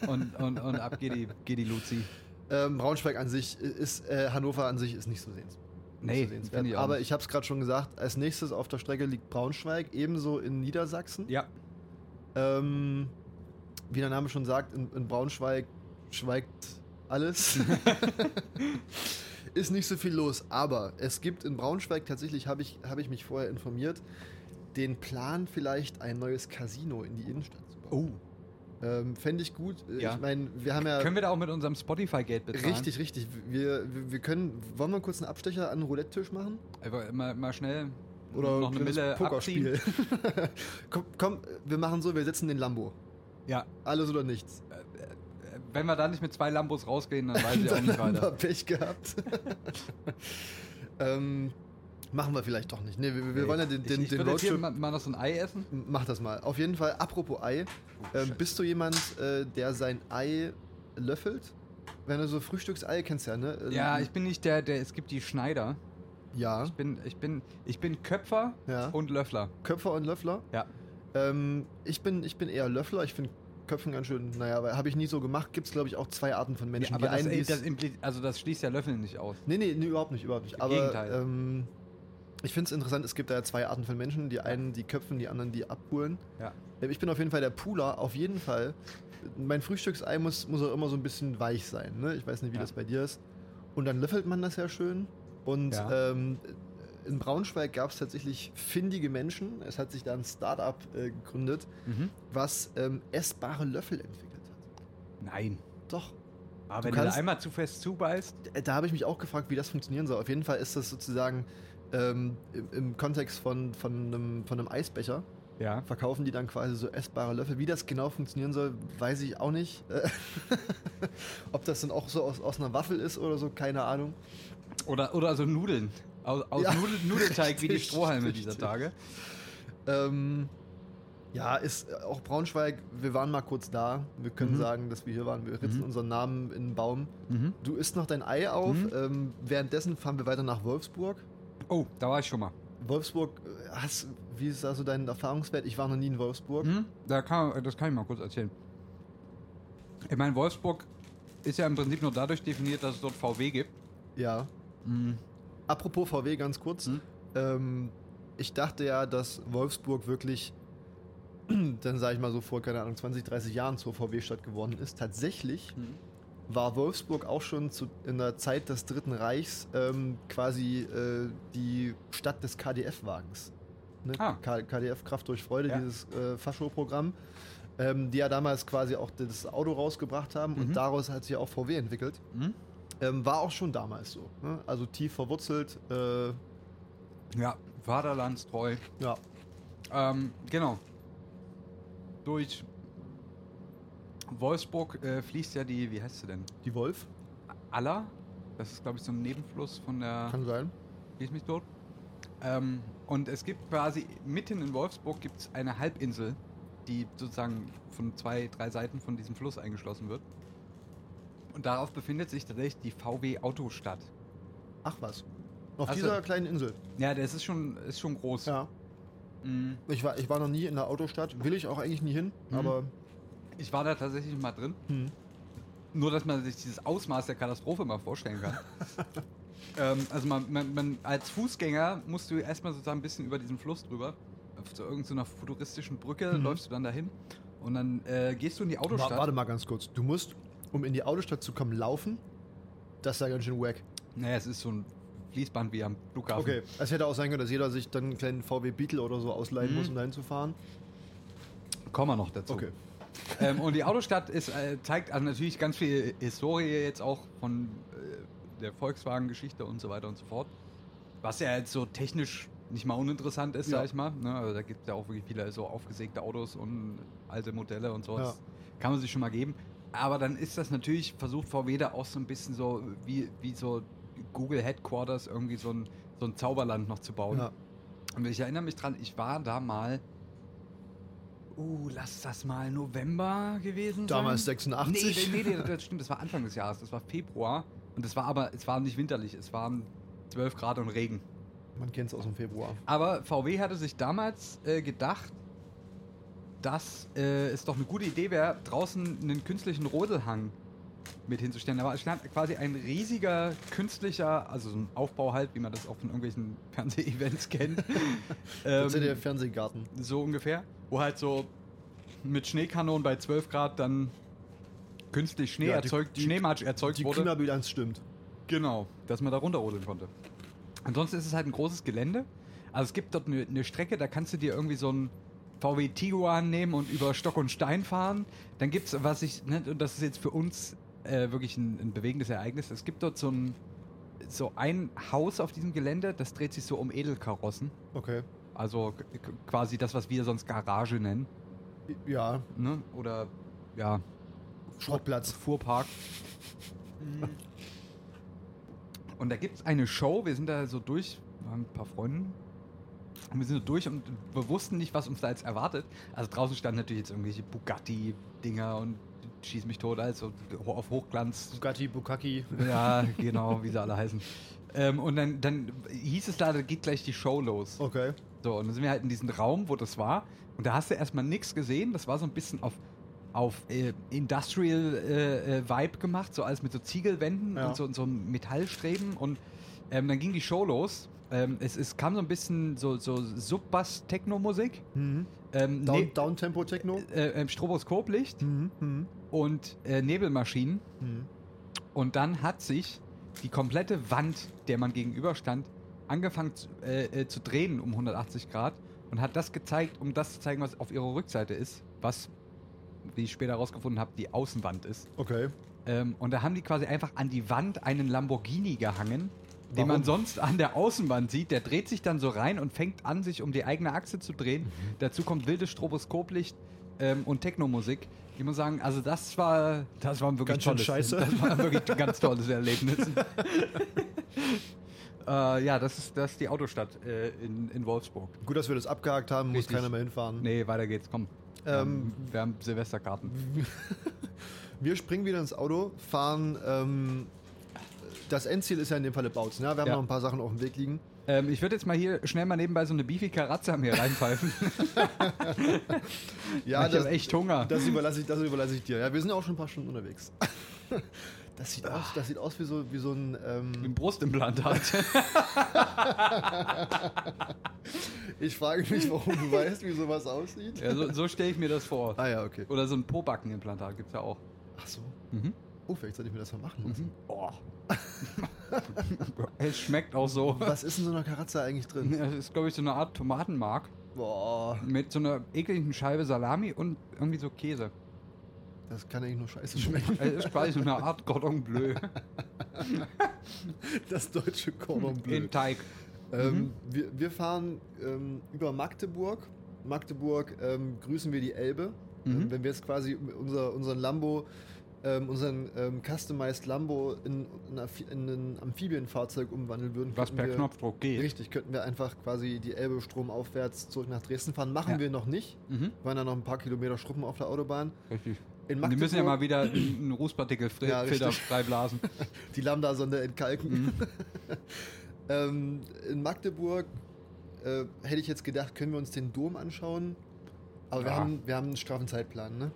[SPEAKER 1] und, und, und ab geht die, geht die Luzi.
[SPEAKER 2] ähm, Braunschweig an sich ist, äh, Hannover an sich ist nicht so sehenswert.
[SPEAKER 1] Nee,
[SPEAKER 2] zu sehen
[SPEAKER 1] finde ich auch.
[SPEAKER 2] Aber
[SPEAKER 1] nicht.
[SPEAKER 2] ich habe es gerade schon gesagt, als nächstes auf der Strecke liegt Braunschweig, ebenso in Niedersachsen.
[SPEAKER 1] ja,
[SPEAKER 2] Ähm, wie der Name schon sagt, in, in Braunschweig schweigt alles. Ist nicht so viel los, aber es gibt in Braunschweig tatsächlich, habe ich, hab ich mich vorher informiert, den Plan vielleicht ein neues Casino in die Innenstadt zu bauen.
[SPEAKER 1] oh,
[SPEAKER 2] Ähm, Fände ich gut. Äh,
[SPEAKER 1] Ja.
[SPEAKER 2] Ich meine, wir haben ja...
[SPEAKER 1] können wir da auch mit unserem Spotify-Geld bezahlen?
[SPEAKER 2] Richtig, richtig. Wir, wir wir können. Wollen wir kurz einen Abstecher an den Roulette-Tisch machen?
[SPEAKER 1] Einfach Also mal, mal schnell
[SPEAKER 2] Oder
[SPEAKER 1] noch eine
[SPEAKER 2] kleines
[SPEAKER 1] Mille abziehen.
[SPEAKER 2] Pokerspiel. komm, komm, wir machen so, wir setzen den Lambo.
[SPEAKER 1] Ja,
[SPEAKER 2] Alles oder nichts.
[SPEAKER 1] äh, wenn wir da nicht mit zwei Lambos rausgehen, dann weiß ich auch
[SPEAKER 2] Dann
[SPEAKER 1] nicht
[SPEAKER 2] haben wir
[SPEAKER 1] weiter.
[SPEAKER 2] Pech gehabt. ähm, machen wir vielleicht doch nicht. Nee, wir, wir wollen ja den, den,
[SPEAKER 1] ich, ich
[SPEAKER 2] den
[SPEAKER 1] würde jetzt hier
[SPEAKER 2] Roadtrip...
[SPEAKER 1] mal, mal noch so ein Ei essen.
[SPEAKER 2] Mach das mal. Auf jeden Fall, apropos Ei.
[SPEAKER 1] Oh,
[SPEAKER 2] Ähm,
[SPEAKER 1] Scheiße.
[SPEAKER 2] bist du jemand, äh, der sein Ei löffelt? Wenn du so Frühstücksei kennst, ja, ne? Ähm,
[SPEAKER 1] ja, ich bin nicht der, der, es gibt die Schneider.
[SPEAKER 2] Ja,
[SPEAKER 1] Ich bin, ich bin, ich bin Köpfer
[SPEAKER 2] ja.
[SPEAKER 1] und Löffler.
[SPEAKER 2] Köpfer und Löffler?
[SPEAKER 1] Ja.
[SPEAKER 2] Ähm, ich, bin, ich bin eher Löffler. Ich finde Köpfen ganz schön, naja, weil habe ich nie so gemacht. Gibt es, glaube ich, auch zwei Arten von Menschen.
[SPEAKER 1] ja, aber
[SPEAKER 2] die
[SPEAKER 1] das,
[SPEAKER 2] einen, die
[SPEAKER 1] das,
[SPEAKER 2] es-
[SPEAKER 1] impli- also das schließt ja Löffeln nicht aus.
[SPEAKER 2] nee, nee, nee, überhaupt nicht, überhaupt nicht.
[SPEAKER 1] Im
[SPEAKER 2] Aber
[SPEAKER 1] Gegenteil.
[SPEAKER 2] ähm, ich finde es interessant, es gibt da ja zwei Arten von Menschen. Die einen, die köpfen, die anderen, die abpulen.
[SPEAKER 1] Ja.
[SPEAKER 2] Ähm, Ich bin auf jeden Fall der Puler, auf jeden Fall. Mein Frühstücksei muss, muss auch immer so ein bisschen weich sein. Ne? Ich weiß nicht, wie
[SPEAKER 1] Ja.
[SPEAKER 2] das bei dir ist. Und dann löffelt man das ja schön. Und
[SPEAKER 1] Ja.
[SPEAKER 2] ähm, in Braunschweig gab es tatsächlich findige Menschen. Es hat sich da ein Startup äh, gegründet,
[SPEAKER 1] Mhm.
[SPEAKER 2] was ähm, essbare Löffel entwickelt hat.
[SPEAKER 1] Nein.
[SPEAKER 2] Doch.
[SPEAKER 1] Aber
[SPEAKER 2] Du
[SPEAKER 1] wenn du da
[SPEAKER 2] kannst-
[SPEAKER 1] einmal zu fest zubeißt,
[SPEAKER 2] D- Da habe ich mich auch gefragt, wie das funktionieren soll. Auf jeden Fall ist das sozusagen ähm, im, im Kontext von, von, einem, von einem Eisbecher.
[SPEAKER 1] ja.
[SPEAKER 2] Verkaufen die dann quasi so essbare Löffel. Wie das genau funktionieren soll, weiß ich auch nicht. Äh, Ob das dann auch so aus, aus einer Waffel ist oder so, keine Ahnung.
[SPEAKER 1] Oder, oder so Nudeln. Aus, aus
[SPEAKER 2] Ja,
[SPEAKER 1] Nudel, Nudelteig wie die
[SPEAKER 2] richtig,
[SPEAKER 1] Strohhalme
[SPEAKER 2] richtig.
[SPEAKER 1] dieser Tage.
[SPEAKER 2] Ähm, ja, ist äh, auch Braunschweig, wir waren mal kurz da. Wir können
[SPEAKER 1] Mhm.
[SPEAKER 2] sagen, dass wir hier waren. Wir ritzen
[SPEAKER 1] Mhm.
[SPEAKER 2] unseren Namen in den Baum. Du isst noch dein Ei auf.
[SPEAKER 1] Mhm.
[SPEAKER 2] Ähm, währenddessen fahren wir weiter nach Wolfsburg.
[SPEAKER 1] Oh, da war ich schon mal.
[SPEAKER 2] Wolfsburg, äh, hast, wie ist da so dein Erfahrungswert? Ich war noch nie in Wolfsburg.
[SPEAKER 1] Mhm. Da kann, das kann ich mal kurz erzählen. Ich meine, Wolfsburg ist ja im Prinzip nur dadurch definiert, dass es dort VW gibt.
[SPEAKER 2] Ja.
[SPEAKER 1] Mhm.
[SPEAKER 2] Apropos VW, ganz kurz.
[SPEAKER 1] Mhm.
[SPEAKER 2] Ähm, ich dachte ja, dass Wolfsburg wirklich, dann sage ich mal so vor, keine Ahnung, 20, 30 Jahren zur VW-Stadt geworden ist. Tatsächlich
[SPEAKER 1] Hm.
[SPEAKER 2] war Wolfsburg auch schon zu, in der Zeit des Dritten Reichs ähm, quasi äh, die Stadt des KDF-Wagens. Ne?
[SPEAKER 1] Ah.
[SPEAKER 2] K- KDF Kraft durch Freude,
[SPEAKER 1] Ja.
[SPEAKER 2] dieses äh, Fascho-Programm, ähm, die ja damals quasi auch das Auto rausgebracht haben
[SPEAKER 1] Mhm.
[SPEAKER 2] und daraus hat sich auch VW entwickelt.
[SPEAKER 1] Mhm.
[SPEAKER 2] Ähm, war auch schon damals so. Ne? Also tief verwurzelt. Äh,
[SPEAKER 1] Ja, vaterlandstreu.
[SPEAKER 2] ja,
[SPEAKER 1] Ähm, genau. Durch Wolfsburg äh, fließt ja die, wie heißt sie denn?
[SPEAKER 2] die Wolf.
[SPEAKER 1] Aller. Das ist, glaube ich, so ein Nebenfluss von der.
[SPEAKER 2] Kann sein.
[SPEAKER 1] Gieß mich tot. Ähm, und es gibt quasi mitten in Wolfsburg gibt's eine Halbinsel, die sozusagen von zwei, drei Seiten von diesem Fluss eingeschlossen wird. Und darauf befindet sich tatsächlich die VW Autostadt.
[SPEAKER 2] Ach was. Auf
[SPEAKER 1] Ach so.
[SPEAKER 2] dieser kleinen Insel.
[SPEAKER 1] Ja, das ist schon, ist schon groß.
[SPEAKER 2] Ja.
[SPEAKER 1] Mm.
[SPEAKER 2] Ich war, ich war noch nie in der Autostadt. Will ich auch eigentlich nie hin.
[SPEAKER 1] Mhm.
[SPEAKER 2] Aber
[SPEAKER 1] Ich war da tatsächlich mal drin.
[SPEAKER 2] hm,
[SPEAKER 1] Nur, dass man sich dieses Ausmaß der Katastrophe mal vorstellen kann. ähm, also man, man, man, als Fußgänger musst du erstmal sozusagen ein bisschen über diesen Fluss drüber. Auf so irgendeiner futuristischen Brücke
[SPEAKER 2] Mhm.
[SPEAKER 1] läufst du dann dahin. Und dann äh, gehst du in die
[SPEAKER 2] wa
[SPEAKER 1] Autostadt.
[SPEAKER 2] warte mal ganz kurz. Du musst, um in die Autostadt zu kommen, laufen. Das ist ja ganz schön wack.
[SPEAKER 1] Naja, es ist so ein Fließband wie am Flughafen.
[SPEAKER 2] Okay, es hätte auch sein können, dass jeder sich dann einen kleinen VW Beetle oder so ausleihen
[SPEAKER 1] Mhm.
[SPEAKER 2] muss, um dahin zu fahren.
[SPEAKER 1] Kommen wir noch dazu.
[SPEAKER 2] Okay.
[SPEAKER 1] Ähm, und die Autostadt ist, äh, zeigt also natürlich ganz viel Historie jetzt auch von äh, der Volkswagen-Geschichte und so weiter und so fort. Was ja jetzt so technisch nicht mal uninteressant ist,
[SPEAKER 2] Ja.
[SPEAKER 1] sag ich mal. Ne? Also da gibt es ja auch wirklich viele so aufgesägte Autos und alte Modelle und so.
[SPEAKER 2] Ja.
[SPEAKER 1] Das kann man sich schon mal geben. Aber dann ist das natürlich, versucht VW da auch so ein bisschen so wie, wie so Google Headquarters irgendwie so ein, so ein Zauberland noch zu bauen.
[SPEAKER 2] Ja.
[SPEAKER 1] Und ich erinnere mich dran, ich war da mal. Uh, lass das mal November gewesen
[SPEAKER 2] Damals
[SPEAKER 1] sein.
[SPEAKER 2] 86.
[SPEAKER 1] Nee, nee, nee, das stimmt, das war Anfang des Jahres, das war Februar. Und es war aber, es war nicht winterlich, es waren 12 Grad und Regen.
[SPEAKER 2] Man kennt es aus dem Februar.
[SPEAKER 1] Aber VW hatte sich damals äh, gedacht, dass äh, es doch eine gute Idee wäre, draußen einen künstlichen Rodelhang mit hinzustellen. Da war stand quasi ein riesiger künstlicher, also so ein Aufbau halt, wie man das auch von irgendwelchen Fernseh-Events kennt.
[SPEAKER 2] Ähm,
[SPEAKER 1] Ähm,
[SPEAKER 2] der Fernsehgarten.
[SPEAKER 1] so ungefähr. Wo halt so mit Schneekanonen bei 12 Grad dann künstlich Schnee
[SPEAKER 2] Ja, die-
[SPEAKER 1] erzeugt,
[SPEAKER 2] die-
[SPEAKER 1] Schneematsch erzeugt
[SPEAKER 2] Die
[SPEAKER 1] wurde.
[SPEAKER 2] Klimabilanz stimmt.
[SPEAKER 1] Genau, dass man da runterrodeln konnte. Ansonsten ist es halt ein großes Gelände. Also es gibt dort eine, eine Strecke, da kannst du dir irgendwie so einen VW Tiguan nehmen und über Stock und Stein fahren. Dann gibt es, was ich, ne, und das ist jetzt für uns äh, wirklich ein, ein bewegendes Ereignis, es gibt dort so ein, so ein Haus auf diesem Gelände, das dreht sich so um Edelkarossen.
[SPEAKER 2] Okay.
[SPEAKER 1] Also k- k- quasi das, was wir sonst Garage nennen.
[SPEAKER 2] Ja,
[SPEAKER 1] Ne? Oder ja,
[SPEAKER 2] Schrottplatz.
[SPEAKER 1] Fuhrpark. Und da gibt es eine Show, wir sind da so durch, waren ein paar Freunden. Und wir sind so durch und wir wussten nicht, was uns da jetzt erwartet. Also draußen standen natürlich jetzt irgendwelche Bugatti-Dinger und schieß mich tot, also auf Hochglanz.
[SPEAKER 2] Bugatti, Bukaki.
[SPEAKER 1] Ja, genau, wie sie alle heißen. Ähm, und dann, dann hieß es da, da geht gleich die Show los.
[SPEAKER 2] Okay.
[SPEAKER 1] So, und dann sind wir halt in diesem Raum, wo das war. Und da hast du erstmal nichts gesehen. Das war so ein bisschen auf, auf äh, Industrial äh, äh, Vibe gemacht, so alles mit so Ziegelwänden
[SPEAKER 2] Ja.
[SPEAKER 1] und so, und so Metallstreben. Und ähm, dann ging die Show los. Ähm, es, es kam so ein bisschen so, so Sub-Bass-Techno-Musik.
[SPEAKER 2] Mhm.
[SPEAKER 1] Ähm,
[SPEAKER 2] Down,
[SPEAKER 1] ne-
[SPEAKER 2] Downtempo Techno.
[SPEAKER 1] äh, äh, Stroboskoplicht
[SPEAKER 2] Mhm. Mhm.
[SPEAKER 1] und äh, Nebelmaschinen.
[SPEAKER 2] Mhm.
[SPEAKER 1] Und dann hat sich die komplette Wand, der man gegenüberstand, angefangen zu, äh, äh, zu drehen um 180 Grad und hat das gezeigt, um das zu zeigen, was auf ihrer Rückseite ist, was, wie ich später herausgefunden habe, die Außenwand ist.
[SPEAKER 2] Okay.
[SPEAKER 1] Ähm, und da haben die quasi einfach an die Wand einen Lamborghini gehangen, den
[SPEAKER 2] Warum?
[SPEAKER 1] man sonst an der Außenwand sieht. Der dreht sich dann so rein und fängt an, sich um die eigene Achse zu drehen.
[SPEAKER 2] Mhm.
[SPEAKER 1] Dazu kommt wildes Stroboskoplicht ähm, und Technomusik. Ich muss sagen, also das war, das war ein wirklich
[SPEAKER 2] Ganz schön
[SPEAKER 1] tolles,
[SPEAKER 2] scheiße.
[SPEAKER 1] das war wirklich ein ganz tolles Erlebnis. äh, ja, das ist, das ist die Autostadt äh, in, in Wolfsburg.
[SPEAKER 2] Gut, dass wir das abgehakt haben, muss
[SPEAKER 1] Richtig.
[SPEAKER 2] keiner mehr hinfahren.
[SPEAKER 1] Nee, weiter geht's, komm.
[SPEAKER 2] Ähm,
[SPEAKER 1] wir haben Silvesterkarten.
[SPEAKER 2] Wir springen wieder ins Auto, fahren. Ähm, das Endziel ist ja in dem Falle Bautz. Ne? Wir haben
[SPEAKER 1] Ja.
[SPEAKER 2] noch ein paar Sachen auf dem Weg liegen.
[SPEAKER 1] Ähm, ich würde jetzt mal hier schnell mal nebenbei so eine Beefy Karazza mir reinpfeifen.
[SPEAKER 2] Ja,
[SPEAKER 1] ich
[SPEAKER 2] das,
[SPEAKER 1] habe echt Hunger.
[SPEAKER 2] das, überlasse ich, das überlasse ich dir. Ja, wir sind auch schon ein paar Stunden unterwegs. Das sieht aus, das sieht aus wie, so, wie so ein. Ähm,
[SPEAKER 1] ein Brustimplantat.
[SPEAKER 2] ich frage mich, warum du weißt, wie sowas aussieht.
[SPEAKER 1] ja, so so stelle ich mir das vor.
[SPEAKER 2] Ah ja, okay.
[SPEAKER 1] Oder so ein Pobackenimplantat gibt es ja auch.
[SPEAKER 2] Ach so.
[SPEAKER 1] Mhm.
[SPEAKER 2] Oh, vielleicht sollte ich mir das mal machen lassen.
[SPEAKER 1] Oh. es schmeckt auch so.
[SPEAKER 2] Was ist in so einer Karatze eigentlich drin?
[SPEAKER 1] Es ist, glaube ich, so eine Art Tomatenmark
[SPEAKER 2] Boah,
[SPEAKER 1] mit so einer ekligen Scheibe Salami und irgendwie so Käse.
[SPEAKER 2] das kann eigentlich nur scheiße schmecken.
[SPEAKER 1] Es ist quasi so eine Art Cordon Bleu.
[SPEAKER 2] das deutsche Cordon Bleu.
[SPEAKER 1] In Teig.
[SPEAKER 2] Ähm,
[SPEAKER 1] Mhm.
[SPEAKER 2] wir, wir fahren ähm, über Magdeburg. Magdeburg ähm, grüßen wir die Elbe.
[SPEAKER 1] Mhm.
[SPEAKER 2] Ähm, wenn wir jetzt quasi unser, unseren Lambo, ähm, unseren ähm, Customized Lambo in, in, Amphi- in ein Amphibienfahrzeug umwandeln würden,
[SPEAKER 1] Was
[SPEAKER 2] könnten
[SPEAKER 1] per
[SPEAKER 2] wir,
[SPEAKER 1] Knopfdruck geht.
[SPEAKER 2] Richtig, könnten wir einfach quasi die Elbe stromaufwärts zurück nach Dresden fahren. Machen
[SPEAKER 1] Ja.
[SPEAKER 2] wir noch nicht.
[SPEAKER 1] Mhm.
[SPEAKER 2] Waren da noch ein paar Kilometer Schruppen auf der Autobahn.
[SPEAKER 1] Richtig.
[SPEAKER 2] In
[SPEAKER 1] Und die müssen ja mal
[SPEAKER 2] Magdeburg,
[SPEAKER 1] wieder einen Rußpartikelfilter
[SPEAKER 2] Ja, richtig.
[SPEAKER 1] Filter freiblasen.
[SPEAKER 2] die Lambda-Sonde
[SPEAKER 1] Mhm.
[SPEAKER 2] entkalken. ähm, in Magdeburg äh, hätte ich jetzt gedacht, können wir uns den Dom anschauen. Aber wir,
[SPEAKER 1] Ja.
[SPEAKER 2] haben, wir haben einen straffen Zeitplan, ne?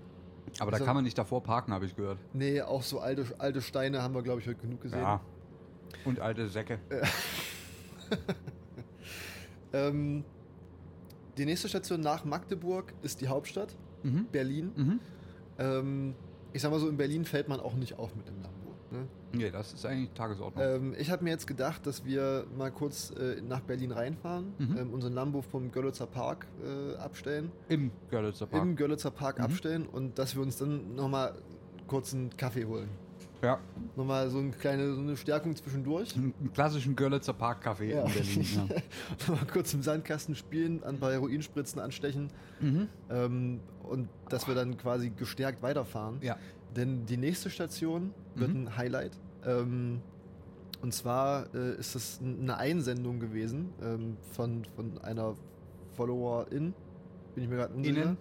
[SPEAKER 1] Aber da
[SPEAKER 2] Also-
[SPEAKER 1] kann man nicht davor parken, habe ich gehört.
[SPEAKER 2] Nee, auch so alte, alte Steine haben wir, glaube ich, heute genug gesehen.
[SPEAKER 1] Ja. Und alte Säcke.
[SPEAKER 2] Ähm, die nächste Station nach Magdeburg ist die Hauptstadt,
[SPEAKER 1] Mhm.
[SPEAKER 2] Berlin.
[SPEAKER 1] Mhm.
[SPEAKER 2] Ähm, ich sag mal so, in Berlin fällt man auch nicht auf mit dem Lambo. Ne?
[SPEAKER 1] Nee, das ist eigentlich Tagesordnung.
[SPEAKER 2] Ähm, ich habe mir jetzt gedacht, dass wir mal kurz äh, nach Berlin reinfahren,
[SPEAKER 1] Mhm.
[SPEAKER 2] ähm, unseren Lambo vom Görlitzer Park äh, abstellen,
[SPEAKER 1] Im Görlitzer Park.
[SPEAKER 2] im Görlitzer Park
[SPEAKER 1] Mhm.
[SPEAKER 2] abstellen und dass wir uns dann nochmal kurz einen Kaffee holen.
[SPEAKER 1] ja,
[SPEAKER 2] Nochmal so eine kleine so eine Stärkung zwischendurch.
[SPEAKER 1] einen klassischen Görlitzer Parkcafé in
[SPEAKER 2] Ja.
[SPEAKER 1] Berlin. Ja.
[SPEAKER 2] Mal kurz im Sandkasten spielen, an ein paar Heroinspritzen anstechen
[SPEAKER 1] Mhm.
[SPEAKER 2] ähm, und dass wir dann quasi gestärkt weiterfahren.
[SPEAKER 1] ja.
[SPEAKER 2] Denn die nächste Station wird
[SPEAKER 1] Mhm.
[SPEAKER 2] ein Highlight. Ähm, und zwar äh, ist es n- eine Einsendung gewesen ähm, von, von einer Followerin. Bin ich mir gerade unsicher.
[SPEAKER 1] Innen.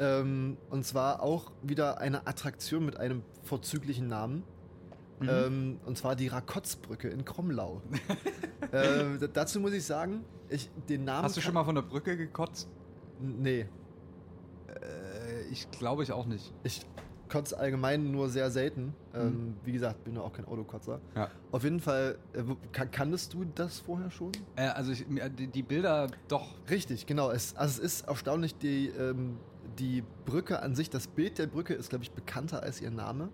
[SPEAKER 2] Ähm, und zwar auch wieder eine Attraktion mit einem vorzüglichen Namen.
[SPEAKER 1] Mhm.
[SPEAKER 2] Ähm, und zwar die Rakotzbrücke in Kromlau. ähm, d- dazu muss ich sagen, ich den Namen.
[SPEAKER 1] Hast du schon
[SPEAKER 2] kann-
[SPEAKER 1] mal von der Brücke gekotzt?
[SPEAKER 2] Nee,
[SPEAKER 1] Äh, ich glaube ich auch nicht.
[SPEAKER 2] ich kotze allgemein nur sehr selten.
[SPEAKER 1] Mhm.
[SPEAKER 2] Ähm, Wie gesagt, bin ja auch kein Autokotzer.
[SPEAKER 1] Ja.
[SPEAKER 2] Auf jeden Fall, äh, wo- kan kanntest du das vorher schon?
[SPEAKER 1] Äh, also ich, mir- die, die Bilder doch.
[SPEAKER 2] Richtig, genau. Es, also es ist erstaunlich, die, ähm, die Brücke an sich, das Bild der Brücke ist, glaube ich, bekannter als ihr Name.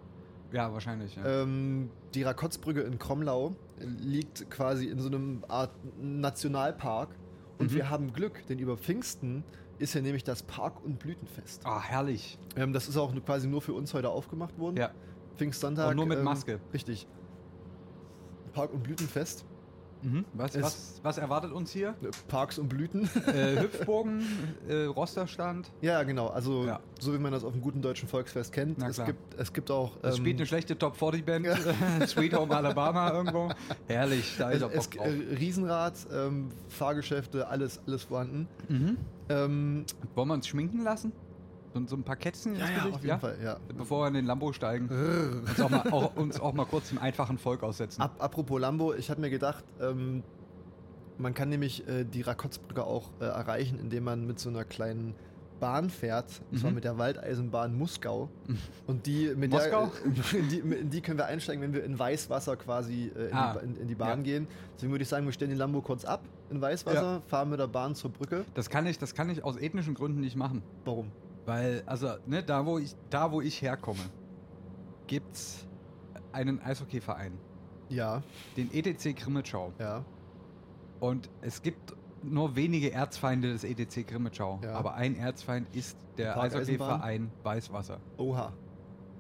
[SPEAKER 1] Ja, wahrscheinlich. Ja.
[SPEAKER 2] Ähm, die Rakotzbrücke in Kromlau liegt quasi in so einem Art Nationalpark. Und
[SPEAKER 1] Mhm.
[SPEAKER 2] wir haben Glück, denn über Pfingsten ist ja nämlich das Park- und Blütenfest.
[SPEAKER 1] Ah, herrlich.
[SPEAKER 2] Ähm, das ist auch nur- quasi nur für uns heute aufgemacht worden.
[SPEAKER 1] Ja.
[SPEAKER 2] Pfingstsonntag. ähm,
[SPEAKER 1] Und nur mit Maske.
[SPEAKER 2] Richtig. Park- und Blütenfest.
[SPEAKER 1] Mhm. Was,
[SPEAKER 2] Es-
[SPEAKER 1] was, was erwartet uns hier?
[SPEAKER 2] Äh, Parks und Blüten.
[SPEAKER 1] äh, Hüpfbogen, äh, Rosterstand.
[SPEAKER 2] ja, genau. Also,
[SPEAKER 1] Ja.
[SPEAKER 2] so wie man das auf dem guten deutschen Volksfest kennt.
[SPEAKER 1] Na
[SPEAKER 2] es,
[SPEAKER 1] klar.
[SPEAKER 2] gibt, es gibt auch.
[SPEAKER 1] Es
[SPEAKER 2] ähm,
[SPEAKER 1] spielt eine schlechte Top 40 Band, Sweet Home Alabama irgendwo. Herrlich, da ist
[SPEAKER 2] es,
[SPEAKER 1] er also Bock
[SPEAKER 2] es,
[SPEAKER 1] drauf.
[SPEAKER 2] äh, Riesenrad, ähm, Fahrgeschäfte, alles, alles vorhanden.
[SPEAKER 1] Mhm.
[SPEAKER 2] Ähm,
[SPEAKER 1] Wollen wir uns schminken lassen? So, so ein paar Kätzchen
[SPEAKER 2] ja,
[SPEAKER 1] ins
[SPEAKER 2] ja,
[SPEAKER 1] Gesicht?
[SPEAKER 2] auf jeden Fall, ja.
[SPEAKER 1] Bevor wir in den Lambo steigen, uns auch, mal, auch, uns auch mal kurz dem einfachen Volk aussetzen.
[SPEAKER 2] Ap apropos Lambo, ich habe mir gedacht, ähm, man kann nämlich äh, die Rakotzbrücke auch äh, erreichen, indem man mit so einer kleinen Bahn fährt, und zwar
[SPEAKER 1] Mhm.
[SPEAKER 2] mit der Waldeisenbahn Muskau. Und die mit der, äh,
[SPEAKER 1] Moskau?
[SPEAKER 2] in die, in die können wir einsteigen, wenn wir in Weißwasser quasi äh, in,
[SPEAKER 1] Ah,
[SPEAKER 2] die, Ba- in, in die Bahn
[SPEAKER 1] ja.
[SPEAKER 2] gehen. Deswegen würde ich sagen, wir stellen den Lambo kurz ab in Weißwasser, fahren mit der Bahn zur Brücke.
[SPEAKER 1] Das kann ich, das kann ich aus ethnischen Gründen nicht machen.
[SPEAKER 2] Warum?
[SPEAKER 1] Weil, also, ne, da wo ich, da wo ich herkomme, gibt's einen Eishockeyverein,
[SPEAKER 2] Ja,
[SPEAKER 1] den E ETC Grimmitschau.
[SPEAKER 2] ja.
[SPEAKER 1] Und es gibt nur wenige Erzfeinde des E ETC Grimmitschau.
[SPEAKER 2] Ja.
[SPEAKER 1] Aber ein Erzfeind ist der
[SPEAKER 2] Parkeisenbahn?
[SPEAKER 1] Eishockeyverein Weißwasser.
[SPEAKER 2] Oha.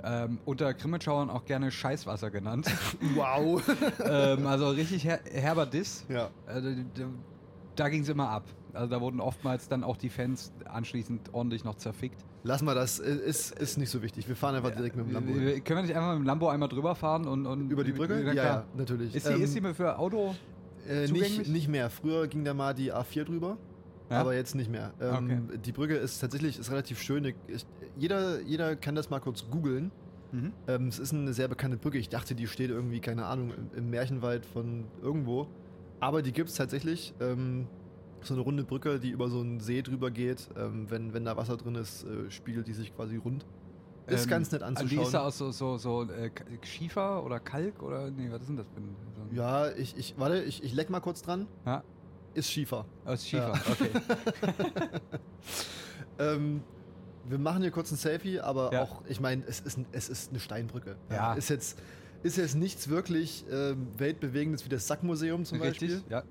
[SPEAKER 1] Ähm, unter Grimmitschauern auch gerne Scheißwasser genannt.
[SPEAKER 2] Wow.
[SPEAKER 1] ähm, also richtig her herber Diss.
[SPEAKER 2] ja.
[SPEAKER 1] Also, d- d- da ging es immer ab. Also da wurden oftmals dann auch die Fans anschließend ordentlich noch zerfickt.
[SPEAKER 2] Lass mal das, äh, ist, ist nicht so wichtig. Wir fahren einfach direkt mit dem Lambo.
[SPEAKER 1] Äh, Können wir nicht einfach mit dem Lambo einmal drüber fahren und, und
[SPEAKER 2] Über die Brücke?
[SPEAKER 1] Na
[SPEAKER 2] Ja,
[SPEAKER 1] klar.
[SPEAKER 2] ja, natürlich.
[SPEAKER 1] Ist sie,
[SPEAKER 2] Ähm,
[SPEAKER 1] ist sie mir für Auto?
[SPEAKER 2] Äh, nicht,
[SPEAKER 1] Zugänglich?
[SPEAKER 2] nicht mehr. Früher ging da mal die A4 drüber,
[SPEAKER 1] Ja?
[SPEAKER 2] aber jetzt nicht mehr. Ähm, Die Brücke ist tatsächlich ist relativ schön. Ich, jeder, jeder kann das mal kurz googeln.
[SPEAKER 1] mhm.
[SPEAKER 2] Ähm, es ist eine sehr bekannte Brücke. Ich dachte, die steht irgendwie, keine Ahnung, im, im Märchenwald von irgendwo. Aber die gibt es tatsächlich. Ähm, so eine runde Brücke, die über so einen See drüber geht. Ähm, wenn, wenn da Wasser drin ist, äh, spiegelt die sich quasi rund. Ist
[SPEAKER 1] Ähm,
[SPEAKER 2] ganz nett
[SPEAKER 1] also
[SPEAKER 2] anzuschauen.
[SPEAKER 1] Die ist da aus so, so, so äh, K- Schiefer oder Kalk oder nee, was ist denn das? Für ein, so ein-
[SPEAKER 2] ja, ich, ich, warte, ich, ich leck mal kurz dran.
[SPEAKER 1] Ja.
[SPEAKER 2] Ist Schiefer.
[SPEAKER 1] Aus Schiefer, okay.
[SPEAKER 2] Ähm, wir machen hier kurz ein Selfie, aber
[SPEAKER 1] Ja.
[SPEAKER 2] auch, ich meine, es ist, ein- es ist eine Steinbrücke.
[SPEAKER 1] Ja.
[SPEAKER 2] Ist jetzt, ist jetzt nichts wirklich ähm, weltbewegendes wie das Sackmuseum zum
[SPEAKER 1] Richtig,
[SPEAKER 2] Beispiel.
[SPEAKER 1] ja.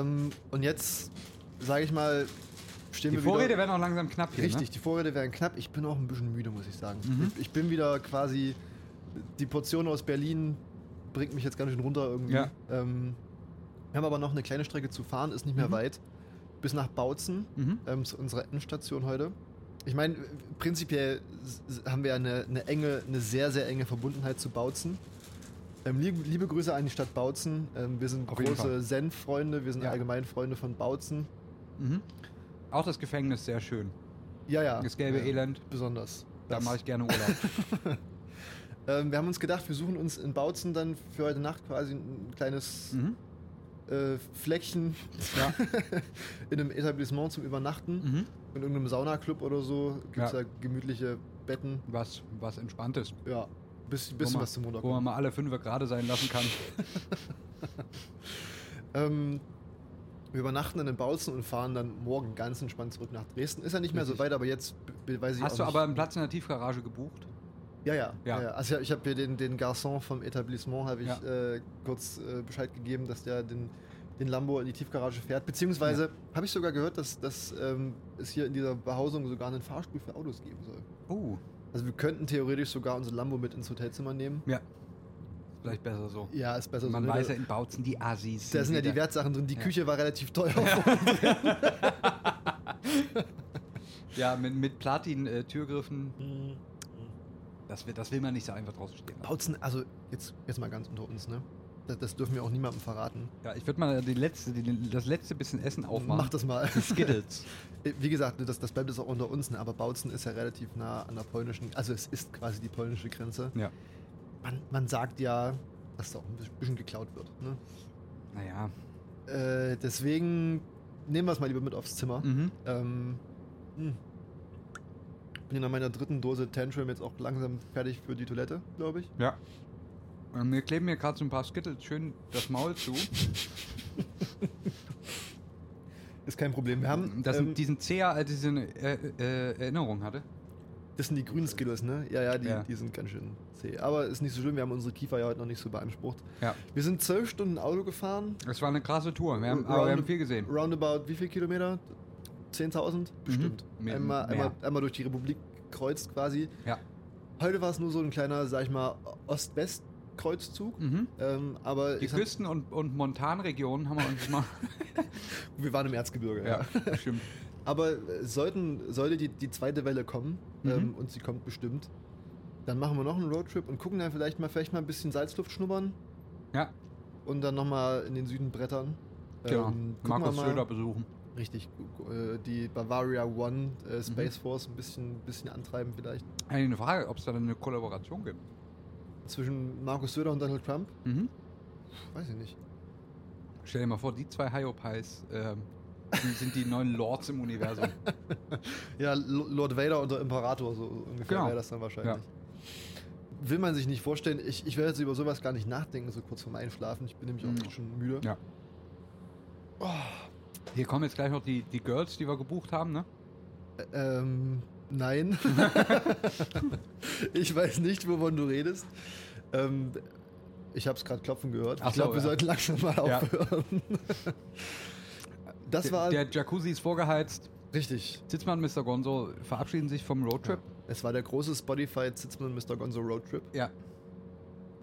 [SPEAKER 2] Ähm, und jetzt, sage ich mal, stehen
[SPEAKER 1] Die
[SPEAKER 2] wir
[SPEAKER 1] Vorräte
[SPEAKER 2] wieder.
[SPEAKER 1] werden auch langsam knapp hier. ne?
[SPEAKER 2] Richtig, die Vorräte werden knapp. Ich bin auch ein bisschen müde, muss ich sagen.
[SPEAKER 1] Mhm.
[SPEAKER 2] Ich, ich bin wieder quasi die Portion aus Berlin bringt mich jetzt ganz schön runter irgendwie.
[SPEAKER 1] Ja.
[SPEAKER 2] Ähm, wir haben aber noch eine kleine Strecke zu fahren, ist nicht mehr
[SPEAKER 1] Mhm.
[SPEAKER 2] weit. Bis nach Bautzen,
[SPEAKER 1] Mhm.
[SPEAKER 2] ähm, zu unserer Endstation heute. Ich meine, prinzipiell s- s- haben wir ja eine, eine enge, eine sehr, sehr enge Verbundenheit zu Bautzen. Ähm, liebe, liebe Grüße an die Stadt Bautzen. Ähm, wir sind
[SPEAKER 1] Auf jeden
[SPEAKER 2] große
[SPEAKER 1] Fall.
[SPEAKER 2] Senf-Freunde, wir sind
[SPEAKER 1] Ja.
[SPEAKER 2] allgemein Freunde von Bautzen.
[SPEAKER 1] Mhm. Auch das Gefängnis sehr schön.
[SPEAKER 2] Ja, ja.
[SPEAKER 1] Das gelbe
[SPEAKER 2] äh,
[SPEAKER 1] Elend,
[SPEAKER 2] Besonders.
[SPEAKER 1] da
[SPEAKER 2] Das-
[SPEAKER 1] mache ich gerne Urlaub.
[SPEAKER 2] Ähm, wir haben uns gedacht, wir suchen uns in Bautzen dann für heute Nacht quasi ein kleines
[SPEAKER 1] mhm.
[SPEAKER 2] äh, Fleckchen
[SPEAKER 1] Ja.
[SPEAKER 2] in einem Etablissement zum Übernachten.
[SPEAKER 1] Mhm.
[SPEAKER 2] In irgendeinem Saunaclub oder so gibt es
[SPEAKER 1] Ja.
[SPEAKER 2] da gemütliche Betten.
[SPEAKER 1] Was, was Entspanntes.
[SPEAKER 2] Ja, bisschen, bisschen
[SPEAKER 1] man-
[SPEAKER 2] was zum
[SPEAKER 1] Wo man
[SPEAKER 2] Runterkommen.
[SPEAKER 1] mal alle Fünfe gerade sein lassen kann.
[SPEAKER 2] Ähm, wir übernachten dann in Bautzen und fahren dann morgen ganz entspannt zurück nach Dresden. Ist ja nicht mehr so
[SPEAKER 1] Richtig.
[SPEAKER 2] weit, aber jetzt be- weiß ich auch
[SPEAKER 1] Hast du
[SPEAKER 2] nicht.
[SPEAKER 1] aber einen Platz in der Tiefgarage gebucht?
[SPEAKER 2] Ja, ja.
[SPEAKER 1] Ja.
[SPEAKER 2] ja. ja. Also ich habe hier den, den Garçon vom Etablissement habe ich
[SPEAKER 1] Ja.
[SPEAKER 2] äh, kurz äh, Bescheid gegeben, dass der den, den Lambo in die Tiefgarage fährt. Beziehungsweise habe ich sogar gehört, dass, dass ähm, es hier in dieser Behausung sogar einen Fahrstuhl für Autos geben soll.
[SPEAKER 1] Oh,
[SPEAKER 2] Also wir könnten theoretisch sogar unseren Lambo mit ins Hotelzimmer nehmen.
[SPEAKER 1] vielleicht besser so.
[SPEAKER 2] Ja, ist besser
[SPEAKER 1] man
[SPEAKER 2] so. ne?
[SPEAKER 1] weiß ja
[SPEAKER 2] da,
[SPEAKER 1] in Bautzen die Assis.
[SPEAKER 2] da sind ja
[SPEAKER 1] wieder-
[SPEAKER 2] die Wertsachen drin. Die
[SPEAKER 1] Ja.
[SPEAKER 2] Küche war relativ teuer.
[SPEAKER 1] Ja, mit, mit Platin-Türgriffen.
[SPEAKER 2] Mhm.
[SPEAKER 1] das, will- das will man nicht so einfach draußen stehen lassen.
[SPEAKER 2] Bautzen, also jetzt, jetzt mal ganz unter uns, ne? Das, das dürfen wir auch niemandem verraten.
[SPEAKER 1] Ja, ich würde mal die letzte, die, das letzte bisschen Essen aufmachen.
[SPEAKER 2] Mach das mal.
[SPEAKER 1] Die Skittles.
[SPEAKER 2] Wie gesagt, das, das bleibt jetzt auch unter uns, ne? aber Bautzen ist ja relativ nah an der polnischen, also es ist quasi die polnische Grenze.
[SPEAKER 1] Ja.
[SPEAKER 2] Man, man sagt ja, dass da auch ein bisschen geklaut wird. Ne?
[SPEAKER 1] naja.
[SPEAKER 2] Äh, deswegen nehmen wir es mal lieber mit aufs Zimmer.
[SPEAKER 1] Mhm.
[SPEAKER 2] Ähm, hm. Bin ja nach meiner dritten Dose Tantrum jetzt auch langsam fertig für die Toilette, glaube ich.
[SPEAKER 1] Ja. Ähm, Wir kleben mir gerade so ein paar Skittles schön das Maul zu.
[SPEAKER 2] Ist kein Problem. Wir haben,
[SPEAKER 1] das
[SPEAKER 2] ähm,
[SPEAKER 1] sind diesen zäher, als ich so eine äh, äh, Erinnerung hatte.
[SPEAKER 2] das sind die grünen Skills, ne? Ja, ja die,
[SPEAKER 1] Also, Ja.
[SPEAKER 2] die sind ganz schön zäh. Aber ist nicht so schlimm, wir haben unsere Kiefer ja heute noch nicht so beansprucht.
[SPEAKER 1] Ja.
[SPEAKER 2] Wir sind zwölf Stunden Auto gefahren.
[SPEAKER 1] Es war eine krasse Tour. Wir haben,
[SPEAKER 2] Round-
[SPEAKER 1] aber wir haben viel gesehen. Mhm.
[SPEAKER 2] Roundabout, wie viel Kilometer? 10.000? Bestimmt.
[SPEAKER 1] Mehr-
[SPEAKER 2] Einmal,
[SPEAKER 1] mehr.
[SPEAKER 2] einmal, einmal durch die Republik kreuzt quasi.
[SPEAKER 1] Ja.
[SPEAKER 2] Heute war es nur so ein kleiner, sag ich mal, Ost-West-Kreuzzug.
[SPEAKER 1] Mhm.
[SPEAKER 2] Ähm, aber
[SPEAKER 1] Die
[SPEAKER 2] ich sag,
[SPEAKER 1] Küsten- und, und Montanregionen haben wir uns mal.
[SPEAKER 2] wir waren im Erzgebirge.
[SPEAKER 1] ja, das stimmt.
[SPEAKER 2] Aber äh, sollten, sollte die, die zweite Welle kommen,
[SPEAKER 1] Mhm.
[SPEAKER 2] ähm, und sie kommt bestimmt, dann machen wir noch einen Roadtrip und gucken dann vielleicht mal, vielleicht mal ein bisschen Salzluft schnuppern
[SPEAKER 1] Ja,
[SPEAKER 2] und dann nochmal in den Süden brettern.
[SPEAKER 1] genau.
[SPEAKER 2] Ähm, gucken
[SPEAKER 1] Markus
[SPEAKER 2] wir mal-
[SPEAKER 1] Söder besuchen.
[SPEAKER 2] Richtig, äh, die Bavaria One
[SPEAKER 1] Mhm.
[SPEAKER 2] äh, Space Force ein bisschen, bisschen antreiben vielleicht.
[SPEAKER 1] Eigentlich eine Frage, ob es da dann eine Kollaboration gibt.
[SPEAKER 2] Zwischen Markus Söder und Donald Trump?
[SPEAKER 1] Mhm.
[SPEAKER 2] Weiß ich nicht.
[SPEAKER 1] Stell dir mal vor, die zwei Hyopies ähm, sind, sind die neuen Lords im Universum.
[SPEAKER 2] Ja, L- Lord Vader und der Imperator, so ungefähr
[SPEAKER 1] Genau.
[SPEAKER 2] wäre das dann wahrscheinlich. Will man sich nicht vorstellen, ich, ich werde jetzt über sowas gar nicht nachdenken, so kurz vorm Einschlafen. Ich bin nämlich auch
[SPEAKER 1] Mhm.
[SPEAKER 2] schon müde.
[SPEAKER 1] Ja. Hier kommen jetzt gleich noch die, die Girls, die wir gebucht haben, ne?
[SPEAKER 2] Ähm, nein. ich weiß nicht, wovon du redest. Ähm, ich habe es gerade klopfen gehört.
[SPEAKER 1] Ach
[SPEAKER 2] ich glaube,
[SPEAKER 1] so,
[SPEAKER 2] wir
[SPEAKER 1] ja.
[SPEAKER 2] sollten langsam mal
[SPEAKER 1] Ja.
[SPEAKER 2] aufhören. das
[SPEAKER 1] Der-
[SPEAKER 2] war
[SPEAKER 1] Der Jacuzzi ist vorgeheizt.
[SPEAKER 2] richtig.
[SPEAKER 1] Sitzmann und Mr. Gonzo verabschieden sich vom Roadtrip.
[SPEAKER 2] Es war der große Spotify Sitzmann Mr. Gonzo Roadtrip.
[SPEAKER 1] Ja.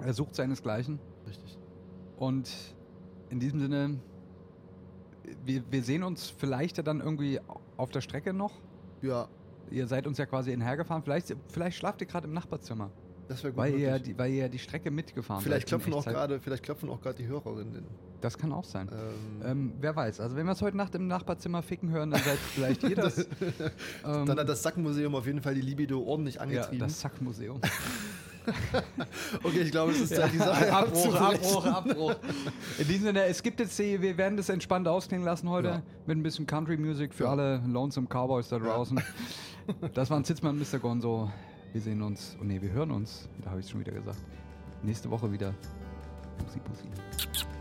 [SPEAKER 1] Er sucht seinesgleichen.
[SPEAKER 2] Richtig.
[SPEAKER 1] Und in diesem Sinne, wir, wir sehen uns vielleicht ja dann irgendwie auf der Strecke noch.
[SPEAKER 2] Ja,
[SPEAKER 1] Ihr seid uns ja quasi hinhergefahren. Vielleicht, vielleicht schlaft ihr gerade im Nachbarzimmer,
[SPEAKER 2] das wäre gut.
[SPEAKER 1] weil ihr, ja
[SPEAKER 2] möglich.
[SPEAKER 1] die, weil ihr ja die Strecke mitgefahren
[SPEAKER 2] vielleicht,
[SPEAKER 1] seid halt in
[SPEAKER 2] klopfen auch
[SPEAKER 1] Echtzeit.
[SPEAKER 2] gerade, vielleicht klopfen auch gerade die Hörerinnen.
[SPEAKER 1] Das kann auch sein.
[SPEAKER 2] Ähm,
[SPEAKER 1] Ähm, wer weiß. Also wenn wir es heute Nacht im Nachbarzimmer ficken hören, dann seid vielleicht ihr das. ähm,
[SPEAKER 2] dann hat das Sackmuseum auf jeden Fall die Libido ordentlich
[SPEAKER 1] ja,
[SPEAKER 2] angetrieben.
[SPEAKER 1] das Sackmuseum.
[SPEAKER 2] okay, ich glaube, es ist Zeit, die Sache
[SPEAKER 1] Abbruch,
[SPEAKER 2] abzubrechen.
[SPEAKER 1] Abbruch, Abbruch. In diesem Sinne, es gibt jetzt die, wir werden das entspannt ausklingen lassen heute
[SPEAKER 2] Ja.
[SPEAKER 1] mit ein bisschen Country Music für
[SPEAKER 2] Ja.
[SPEAKER 1] alle Lonesome Cowboys da
[SPEAKER 2] Ja.
[SPEAKER 1] draußen. Das waren Sitzmann und Mr. Gonzo. Wir sehen uns, oh nee, wir hören uns, da habe ich schon wieder gesagt. Nächste Woche wieder. Pussy, pussy.